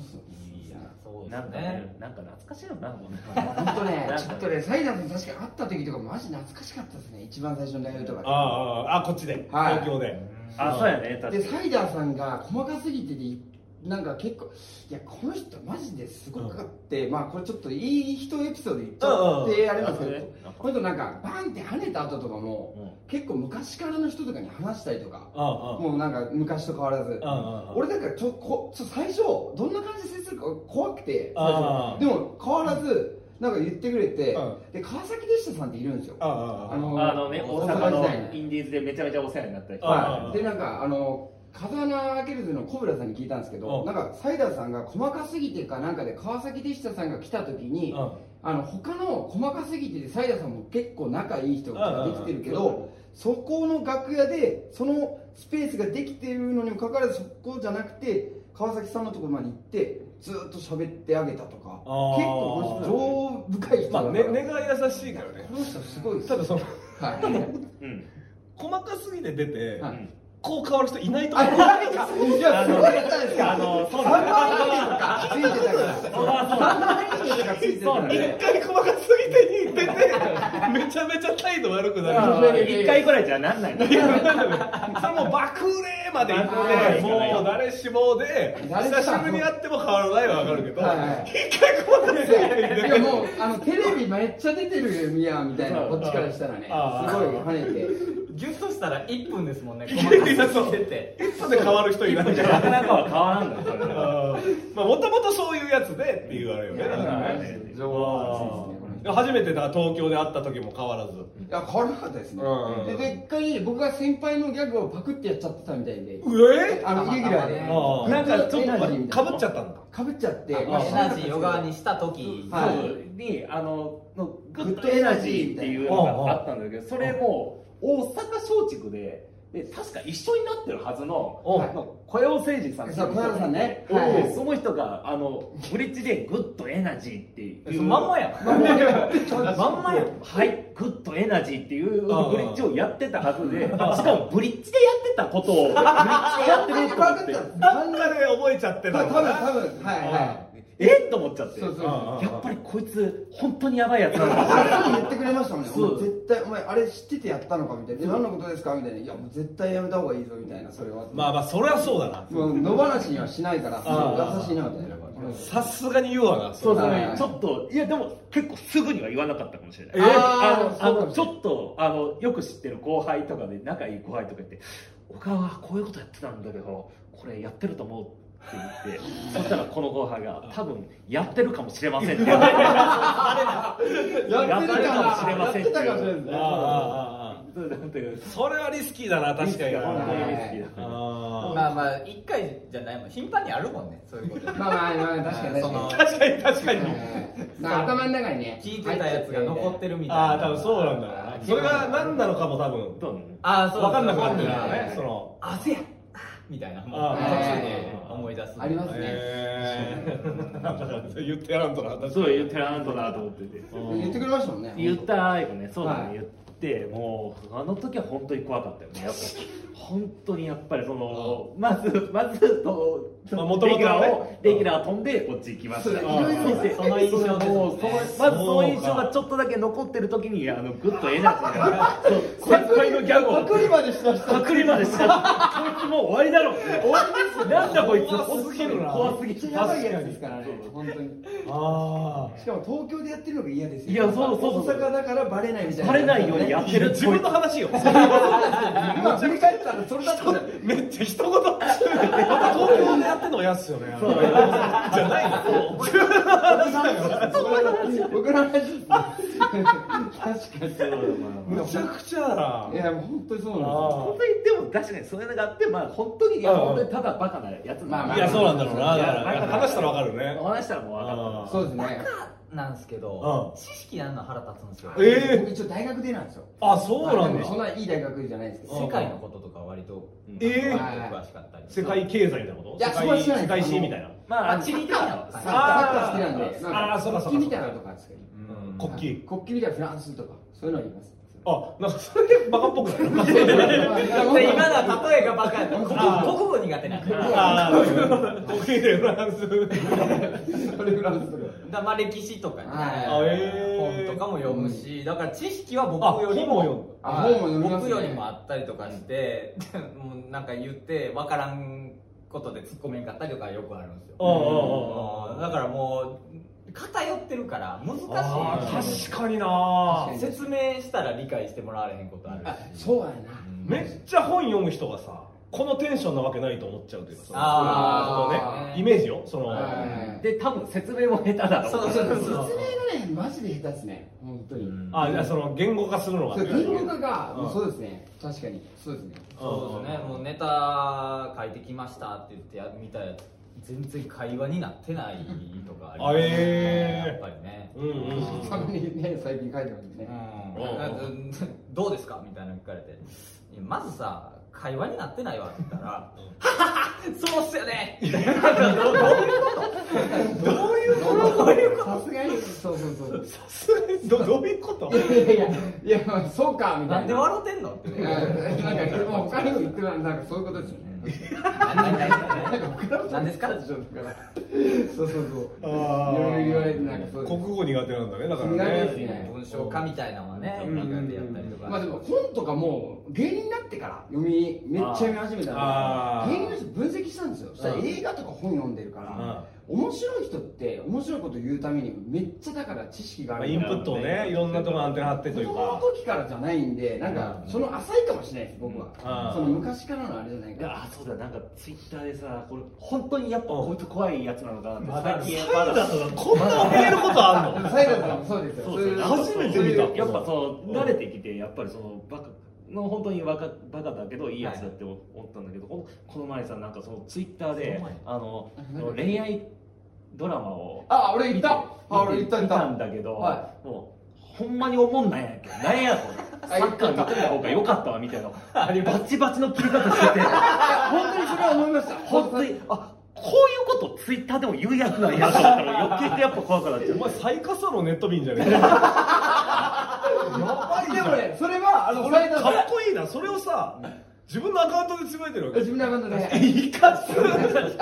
Speaker 4: いやそうで
Speaker 1: なん
Speaker 4: す
Speaker 1: か
Speaker 4: ね
Speaker 1: ね、なんか懐かしいよな、もうね。
Speaker 2: 当ねちょっとねサイダーさん確かに会った時とかマジ懐かしかったですね一番最初の大学と
Speaker 3: あ
Speaker 2: か
Speaker 3: あ、ああ、こっちで、
Speaker 2: はい
Speaker 3: 東京で。
Speaker 1: あ、そうやね、
Speaker 2: で
Speaker 1: 確か
Speaker 2: サイダーさんが細かすぎてでなんか結構いやこの人マジですごくあって、まあこれちょっといい人エピソード言っちゃっ
Speaker 3: うんう
Speaker 2: て
Speaker 3: ん
Speaker 2: あれなんですけ
Speaker 1: な
Speaker 2: ど
Speaker 1: るほどね
Speaker 2: この人なんかバンって跳ねた後とかも、結構昔からの人とかに話したりとか、
Speaker 3: ああ、あ
Speaker 2: もうなんか昔と変わらず、
Speaker 3: あ、あ
Speaker 2: 俺だからちょこちょ最初どんな感じで接するか怖くて最
Speaker 3: あ
Speaker 2: 初
Speaker 3: ー
Speaker 2: でも変わらずなんか言ってくれて、
Speaker 3: うん
Speaker 2: で川崎でしたさんっているんですよ
Speaker 3: あ、ああ、ああ、
Speaker 1: に。あのね、大阪のインディーズでめちゃめちゃお世話になった人。
Speaker 3: あ
Speaker 2: はい、でなんかあのカザナ・アケルズのコブラさんに聞いたんですけど、
Speaker 3: うん
Speaker 2: なんかサイダーさんが細かすぎてかなんかで川崎でしたさんが来た時に、
Speaker 3: うん
Speaker 2: あの他の細かすぎてでサイダーさんも結構仲いい人ができてるけど、
Speaker 3: うんうんうん
Speaker 2: そこの楽屋でそのスペースができてるのにもかかわらずそこじゃなくて川崎さんのところまで行ってずっと喋ってあげたとか結
Speaker 3: あー
Speaker 2: 構情深い人
Speaker 3: ま
Speaker 2: だか
Speaker 3: あ、
Speaker 2: ら、
Speaker 3: ね、根が優しいからね。
Speaker 2: この人すごいです
Speaker 3: ただ、 その、
Speaker 2: はい
Speaker 1: うん。
Speaker 3: 細かすぎて出て
Speaker 2: は、
Speaker 3: こう変わる人いないと
Speaker 2: あ
Speaker 3: 思。
Speaker 2: いうないかいやすごいじゃないですか
Speaker 1: あの、そう
Speaker 2: 3
Speaker 1: だね。そう
Speaker 2: 万円とかついてたから3万円とかついてたから
Speaker 1: ね
Speaker 3: 一回細かすぎてに出て、めちゃめちゃ態度悪くなる。
Speaker 1: 一回ぐらいじゃなんないの。
Speaker 3: それも爆霊まで行
Speaker 1: 爆
Speaker 3: って、
Speaker 1: 霊
Speaker 3: もう誰しもで、
Speaker 2: 誰しも
Speaker 3: 久しぶりに会っても変わらないのはわかるけど、
Speaker 2: はいはい
Speaker 3: 一回細かすぎて
Speaker 2: い
Speaker 3: に
Speaker 2: や
Speaker 3: 出て。
Speaker 2: もうあのテレビめっちゃ出てるよみやみたいなこっちからしたらねすごい
Speaker 3: ああ
Speaker 2: 跳ねて
Speaker 4: ギュッとしたら1分ですも んね細かすぎてて
Speaker 3: 一歩で変わる人いないから。
Speaker 1: なかなかは変わらんのよそれは
Speaker 3: まあ、もともとそういうやつでっていうあれよね。だからね
Speaker 2: 情報熱いですねこの人
Speaker 3: 初めてだから東京で会った時も変わらず。
Speaker 2: いや変わらなかったですね
Speaker 3: うんうん
Speaker 2: でで一回僕が先輩のギャグをパクってやっちゃってたみたいで
Speaker 3: え
Speaker 2: あのイレギュラーで
Speaker 3: ああな
Speaker 2: な
Speaker 3: んん
Speaker 2: か
Speaker 3: か
Speaker 2: ち
Speaker 3: ち
Speaker 2: ょ
Speaker 3: ょ
Speaker 2: っ
Speaker 3: っ
Speaker 2: と
Speaker 3: とかぶっちゃったんだ。
Speaker 2: かぶっちゃって
Speaker 3: ああ
Speaker 4: エ
Speaker 2: まあ
Speaker 4: ナジーヨガにした時
Speaker 2: はい
Speaker 1: にあののグッドエナジーっていうのがあったんだけどそれも大阪松竹でで確か一緒になってるはずの
Speaker 3: おう
Speaker 1: あの小山誠二さんってい
Speaker 2: そう小山さんね
Speaker 1: うん
Speaker 2: はい
Speaker 1: その人があのブリッジでグッドエナジーっていう
Speaker 4: まんまやんまんまやん
Speaker 1: はい、グッドエナジーっていうブリ
Speaker 3: ああ
Speaker 1: ッジをやってたはずで、しかもブリッジでやってたことを、ブリッジでやってると思
Speaker 2: パク
Speaker 1: っ
Speaker 2: ってちゃっ、た
Speaker 3: なんかで覚えちゃって
Speaker 2: 多
Speaker 3: たの
Speaker 2: 分多
Speaker 3: か
Speaker 2: 分
Speaker 3: な
Speaker 2: はいは
Speaker 1: えっと思っちゃっ
Speaker 2: い
Speaker 1: て、
Speaker 2: そうそうそう
Speaker 3: ああ
Speaker 1: やっぱりこいつ、本当にやばいやつなんだ。
Speaker 2: あすぐ言ってくれましたもんね、
Speaker 1: そう
Speaker 2: お前絶対、お前、あれ知っててやったのかみたいな、え何のことですかみたいな、いや、もう絶対やめた方がいいぞみたいな、それは。
Speaker 3: まあまあ、そりゃそうだな。
Speaker 2: もう野放しにはしないから、
Speaker 3: ああ
Speaker 2: 優しいなみたいな。
Speaker 3: さすがに言うわな。
Speaker 1: そ
Speaker 3: そうれ
Speaker 1: だ
Speaker 3: は
Speaker 1: ね、ちょっと、いや、でも、結構すぐには言わなかったかもしれない。
Speaker 3: え
Speaker 1: あの、あの、ち
Speaker 2: そうかもしれない
Speaker 1: ょっと、あの、よく知ってる後輩とかで、仲いい後輩とか言って。岡川はこういうことやってたんだけど、これやってると思うって言 って、そしたら、この後輩が、多分やってるかもしれませんって言って。
Speaker 2: やってたかもしれま
Speaker 1: や
Speaker 2: せ
Speaker 1: っ
Speaker 2: ん
Speaker 1: て
Speaker 2: って
Speaker 1: た
Speaker 2: いう。
Speaker 1: かもしれない
Speaker 3: あああああ
Speaker 1: そうなんていう
Speaker 3: あそれはリスキーだな、確かに。
Speaker 1: 本当に
Speaker 3: あ
Speaker 1: リスキーだから
Speaker 3: あ
Speaker 4: まあまあ1回じゃないもん頻繁にあるもんねそういうこと
Speaker 2: まあまあまあ、確かに
Speaker 4: そ
Speaker 2: 確
Speaker 4: の
Speaker 2: か
Speaker 3: 確かに確かに
Speaker 2: に。うんなんか頭の中にね、
Speaker 4: 聞いてたやつが残って
Speaker 2: る。
Speaker 4: るみたいな
Speaker 3: ああ多分そうなんだろうなそれが何なのかも多分
Speaker 1: どうなの
Speaker 4: ああそう
Speaker 3: 分かんなくなってるから
Speaker 2: はいはいは
Speaker 3: ね
Speaker 2: い
Speaker 3: その
Speaker 4: あせやあみたいなもう
Speaker 3: あ
Speaker 2: ー
Speaker 4: ね思い出す
Speaker 2: ありますね
Speaker 3: ええだから言ってやらんとな確か
Speaker 1: そう
Speaker 3: に
Speaker 1: 言ってらんとなと思ってて
Speaker 2: 言ってくれましたもんね。
Speaker 1: 言ったよねそうだね、
Speaker 2: はい
Speaker 1: 言ってもうあの時は本当に怖かったよねやっぱ本当にやっぱりそのまずまずと
Speaker 3: まあ元々はね
Speaker 1: レギュラーをレギュラー飛んでこっち行きましたそ
Speaker 2: そうだね
Speaker 1: うして
Speaker 4: その印象ですね
Speaker 1: もうそのまずその印象がちょっとだけ残ってる時にあのグッとエナジーがそう先輩のギャグを
Speaker 2: パクリまでした人。
Speaker 1: パクリまでしたこいつもう終わりだろ終わりですなんだこいつ
Speaker 3: 怖すぎるな
Speaker 1: 怖すぎ
Speaker 2: めっ
Speaker 1: る
Speaker 2: ちゃやばいやつですからね、本当に。
Speaker 3: あ
Speaker 2: しかも東京でやってるのが嫌ですよ。
Speaker 1: いやそうそうそう
Speaker 2: 大阪だからバレないみたいな。
Speaker 1: バレないようにや
Speaker 3: あ
Speaker 1: ってる
Speaker 3: 自分の話よ
Speaker 2: 今振り返ったらそれだったら
Speaker 3: めっちゃ一言また東京でやってんのが嫌っすよねじゃないの
Speaker 2: 僕の話ですね確かに
Speaker 3: むちゃくちゃだない
Speaker 2: やもう本当にそうなん
Speaker 3: あ
Speaker 1: 本当にでも確かにそれがあってまあ本当にいや
Speaker 3: うんうん
Speaker 1: 本当にただバカなやつ
Speaker 2: まあま
Speaker 3: あ
Speaker 2: あ
Speaker 3: いやそうなんだろうない
Speaker 1: や
Speaker 3: だから話したらわかる
Speaker 1: お
Speaker 3: ね
Speaker 1: 話したらもう分かっ
Speaker 3: ああ
Speaker 2: ですよそうですね
Speaker 4: なんですけど、
Speaker 3: うん
Speaker 4: 知識あんの腹立つんですよ、
Speaker 3: えー
Speaker 2: 僕一応大学出なんですよ
Speaker 3: あそうなん
Speaker 2: まあでも
Speaker 3: だ
Speaker 2: そんないい大学じゃないですけど
Speaker 4: 世界のこととか割と、
Speaker 3: えー
Speaker 4: うん詳しかったり
Speaker 3: 世界経済みたいなこと
Speaker 2: いや
Speaker 3: 世界
Speaker 2: そこは知らない
Speaker 3: 世界史みたいな
Speaker 4: まああっち
Speaker 2: サ
Speaker 4: に
Speaker 2: ッ
Speaker 4: い
Speaker 2: カ
Speaker 4: た
Speaker 2: ー
Speaker 4: ら
Speaker 2: サッカ
Speaker 3: あ
Speaker 2: ー好きなんで
Speaker 3: あー
Speaker 2: なんか
Speaker 3: あーそうかそうか
Speaker 2: 国旗みたいなのとかあるんですけど
Speaker 4: うん
Speaker 3: 国旗
Speaker 2: はい国旗みたいなフランスとかそういうのあります
Speaker 3: あなんかそれでバカっぽくなる
Speaker 4: で今のは例えがバカやった国語国語苦手なんで
Speaker 3: あー国旗でフランス
Speaker 2: それフランスとか
Speaker 4: だまあ歴史とかね、
Speaker 2: はい
Speaker 3: あえー
Speaker 4: 本とかも読むし、だから知識は
Speaker 3: あ
Speaker 4: 僕より
Speaker 3: 本も読ん
Speaker 4: も
Speaker 3: だ
Speaker 2: あ
Speaker 4: はい
Speaker 2: 本も読みますね
Speaker 4: 僕よりもあったりとかして、もうなんか言って分からんことで突っ込めんかったりとかよくあるんですよ、
Speaker 3: うんうんうん
Speaker 4: うんだからもう偏ってるから難しい
Speaker 3: あ
Speaker 4: んです
Speaker 3: ー
Speaker 4: よ
Speaker 3: 確かにな
Speaker 2: 確かに
Speaker 4: 説明したら理解してもらわれへんことある
Speaker 2: あ
Speaker 4: し
Speaker 2: そうやな
Speaker 4: うん
Speaker 3: めっちゃ本読む人がさこのテンションなわけないと思っちゃうというかさ
Speaker 4: あー
Speaker 3: そのねイメージよその
Speaker 2: はい
Speaker 1: で多分説明も下手だろ
Speaker 4: そうそうそ
Speaker 2: 説明
Speaker 4: う
Speaker 2: がねマジで下手ですね本当に
Speaker 3: あじゃあその言語化するのが
Speaker 2: そう言語化が
Speaker 3: うん
Speaker 2: そうですね確かにそうですね
Speaker 4: そうですね、 もうネタ書いてきましたって言ってや見たやつ全然会話になってないとかあります
Speaker 3: あえー
Speaker 4: やっぱりね、
Speaker 3: うんうんうん
Speaker 2: たまにね最近書いてます
Speaker 4: う
Speaker 2: ね
Speaker 4: ん
Speaker 3: うん
Speaker 4: なんかどうですかみたいなの聞かれていやまずさ会話になってないわって言ったら「ははは そうっすよね!」みたいな どういうことどういうことどういうこと
Speaker 2: さすがにそうそうそう
Speaker 3: さすがにどどういうこと
Speaker 2: いやいやいやまあそうかみた
Speaker 4: な
Speaker 2: いな
Speaker 4: んで笑ってんの って
Speaker 2: いやなんかもう他にも言ってないなんかそういうことですよねなんか僕らも
Speaker 4: 何ですか
Speaker 2: そうそうそうそう
Speaker 3: あ
Speaker 2: いろいろ言われて
Speaker 3: ー
Speaker 2: なんかそうです
Speaker 3: 国語苦手なんだねだから
Speaker 2: 苦手です
Speaker 3: ね
Speaker 2: ね
Speaker 4: 文章化みたいなのはね、
Speaker 3: うん
Speaker 4: なんかでやったりとか、
Speaker 2: まあでも本とかもう芸人になってから読みめっちゃ読み始めたん
Speaker 3: あー
Speaker 2: で芸人の人分析したんですよそしたら
Speaker 3: うん
Speaker 2: 映画とか本読んでるから面白い人って面白いこと言うためにめっちゃだから知識が
Speaker 3: ま
Speaker 2: あ
Speaker 3: あ
Speaker 2: る
Speaker 3: インプットをねいろんなとこアンテナ張ってと
Speaker 2: 子
Speaker 3: いう
Speaker 2: 供の
Speaker 3: か
Speaker 2: 時からじゃないんでなんかその浅いかもしれないです僕
Speaker 3: う
Speaker 2: は
Speaker 3: ん
Speaker 2: その昔からのあれじゃないから
Speaker 1: あそうだなんかツイッターでさこれ本当にやっぱ本当怖いやつなのかなって最近やっぱ
Speaker 3: こんな怯えることあんの
Speaker 2: サイダーさんもそうですよ
Speaker 1: そうですね
Speaker 2: そういう
Speaker 1: 初めて見
Speaker 2: そういう
Speaker 1: たやっぱその慣れてきてやっぱりそのバカの本当にバカバカだけどいいやつだって思ったんだけど、このこの前さなんかそのツイッターで
Speaker 4: この前
Speaker 1: あの
Speaker 2: 何
Speaker 1: 恋愛ドラマを
Speaker 2: あ俺言
Speaker 1: 見
Speaker 2: ってたあ俺言った言
Speaker 1: 見
Speaker 2: った
Speaker 1: たんだけど、
Speaker 2: は
Speaker 1: もうほんまに思んないやん けなんやこれサ
Speaker 2: あ言っ
Speaker 1: ッカ
Speaker 2: た
Speaker 1: ー見といた方が良かったわみ たいなバチバチの切り方してて
Speaker 2: 本当にそれは思いました
Speaker 1: 本当にあこういうことツイッターでも言うやつなんやと思ったら余計にやっぱ怖くなっちゃ
Speaker 3: お
Speaker 1: う
Speaker 3: 前最下層のネット便じゃねえか
Speaker 2: でもねそれはあのサイダーさん
Speaker 3: かっこいいなそれをさ自分のアカウントでつぶやいてるわけ
Speaker 2: 自分の中で
Speaker 1: いかつ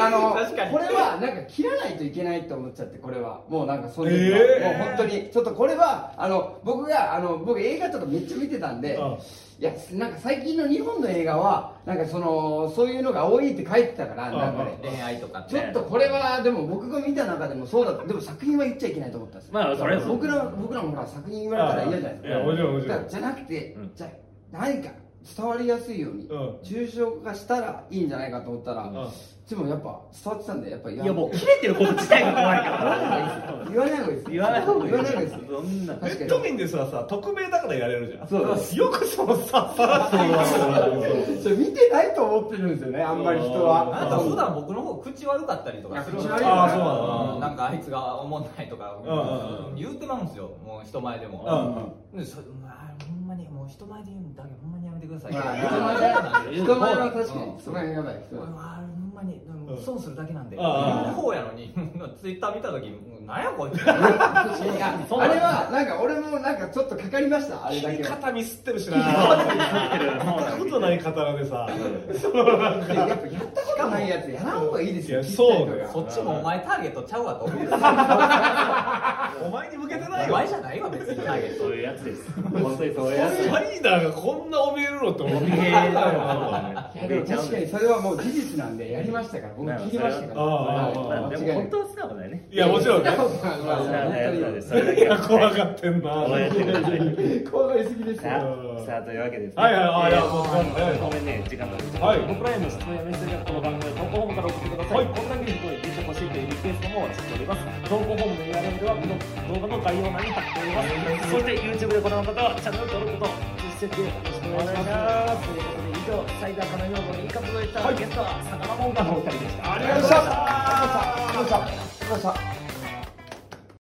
Speaker 2: あの
Speaker 4: 確かに
Speaker 2: これはなんか切らないといけないと思っちゃってこれはもうなんかそう
Speaker 3: え
Speaker 2: いうの、
Speaker 3: ー
Speaker 2: もう本当にちょっとこれはあの僕があの僕映画とかめっちゃ見てたんで、
Speaker 3: うん
Speaker 2: いやなんか最近の日本の映画はなんかそのそういうのが多いって書いてたから、
Speaker 3: うん
Speaker 2: なんかね、
Speaker 4: 恋愛とかって
Speaker 2: ちょっとこれはでも僕が見た中でもそうだったでも作品は言っちゃいけないと思ったんですよ
Speaker 1: まあそれはそう
Speaker 2: 僕ら僕らもほら作品言われたら嫌じゃないです
Speaker 3: いやもちろんもち
Speaker 2: か
Speaker 3: ろん
Speaker 2: だからじゃなくて、
Speaker 1: うん
Speaker 2: じゃあ何か伝わりやすいように、
Speaker 3: うん
Speaker 2: 抽象化したらいいんじゃないかと思ったら、
Speaker 3: ん
Speaker 2: でもやっぱ伝わってたんでやっぱ言
Speaker 1: いやも
Speaker 2: う
Speaker 1: う切れてること自体が怖いから
Speaker 2: 言わない方がいいです
Speaker 1: 言わない方がいい
Speaker 2: 言わない方がいいです
Speaker 1: そんな
Speaker 3: ネ
Speaker 2: 確か
Speaker 3: ッ
Speaker 2: に
Speaker 3: ト民ですらさ、匿名だからやれるじゃん。
Speaker 2: そう
Speaker 3: そうよくそのさ、さらっと言う
Speaker 2: それ見てないと思ってるんですよねあんまり人
Speaker 4: なんか普
Speaker 2: は
Speaker 4: 段僕の方口悪かったりとかするんですよ
Speaker 2: 口悪いな
Speaker 4: あーそうだななんかあいつが思んないとか
Speaker 3: うんうんうん
Speaker 4: 言うてまうんですよもう人前でも
Speaker 3: うん
Speaker 4: でそまあほんまにもう人前で言うんだけほんまにやめてください
Speaker 2: まあ
Speaker 1: うん
Speaker 2: 人前は確かにその辺やばい人
Speaker 4: うわ
Speaker 2: は
Speaker 4: ほんまにうん損するだけなんで
Speaker 3: うん
Speaker 4: 言う方やのに ツイッター見た時もうなんやこいつ
Speaker 2: いやあれはなんか俺もなんかちょっとかかりましたあれだ
Speaker 3: 切
Speaker 2: け
Speaker 3: り
Speaker 2: は
Speaker 3: 方ミスってるしな。見 たことない刀でさ、そのなんか。
Speaker 2: やっぱやったことないやつやらん方がいいですよ
Speaker 3: いやそうだよ
Speaker 4: そっちもお前ターゲットちゃうわと思う
Speaker 3: お前に向けて
Speaker 4: お
Speaker 3: ないよ
Speaker 4: 前。じゃないわ別にターゲット
Speaker 1: そういうやつです本当にそういうやつ
Speaker 3: サイダーがこんな怯えるのって思って
Speaker 1: え
Speaker 3: あ
Speaker 2: いやでも確かにそれはもう事実なんでやりましたから僕切りましたから
Speaker 3: あああ
Speaker 2: は
Speaker 1: で
Speaker 3: あ
Speaker 2: い間
Speaker 1: も
Speaker 2: 違いない
Speaker 1: 本当は素直だよね
Speaker 3: いや、もちろんね。
Speaker 2: まあ
Speaker 1: 素直
Speaker 2: まあ
Speaker 1: なやつだで
Speaker 2: 本
Speaker 1: それだ
Speaker 3: い
Speaker 1: け
Speaker 3: や、
Speaker 1: は
Speaker 3: 怖がってん な。
Speaker 1: こうやってるんで
Speaker 2: 当に怖がりすぎですよ
Speaker 1: さあさあというわけですね
Speaker 3: はいはいは
Speaker 1: えー
Speaker 3: いいやもうはい
Speaker 1: ごめんね時間が
Speaker 3: はい
Speaker 1: 僕らへの質問やメッセージはこの番組の投稿フォームから送ってください、
Speaker 3: は
Speaker 1: こんなミュージックを聴いてほしいというリクエストもお待ちしております投稿フォームの URL ではこの動画の概要欄に貼っておりますそして YouTube でご覧の方はチャンネル登録と実績よろしくお願いしますということで以上サイダーかの女房のいい活動でした、ゲストはサカナボンガのお二人でした
Speaker 2: ありがとうございました。ありがとうございました。ありがとうございました。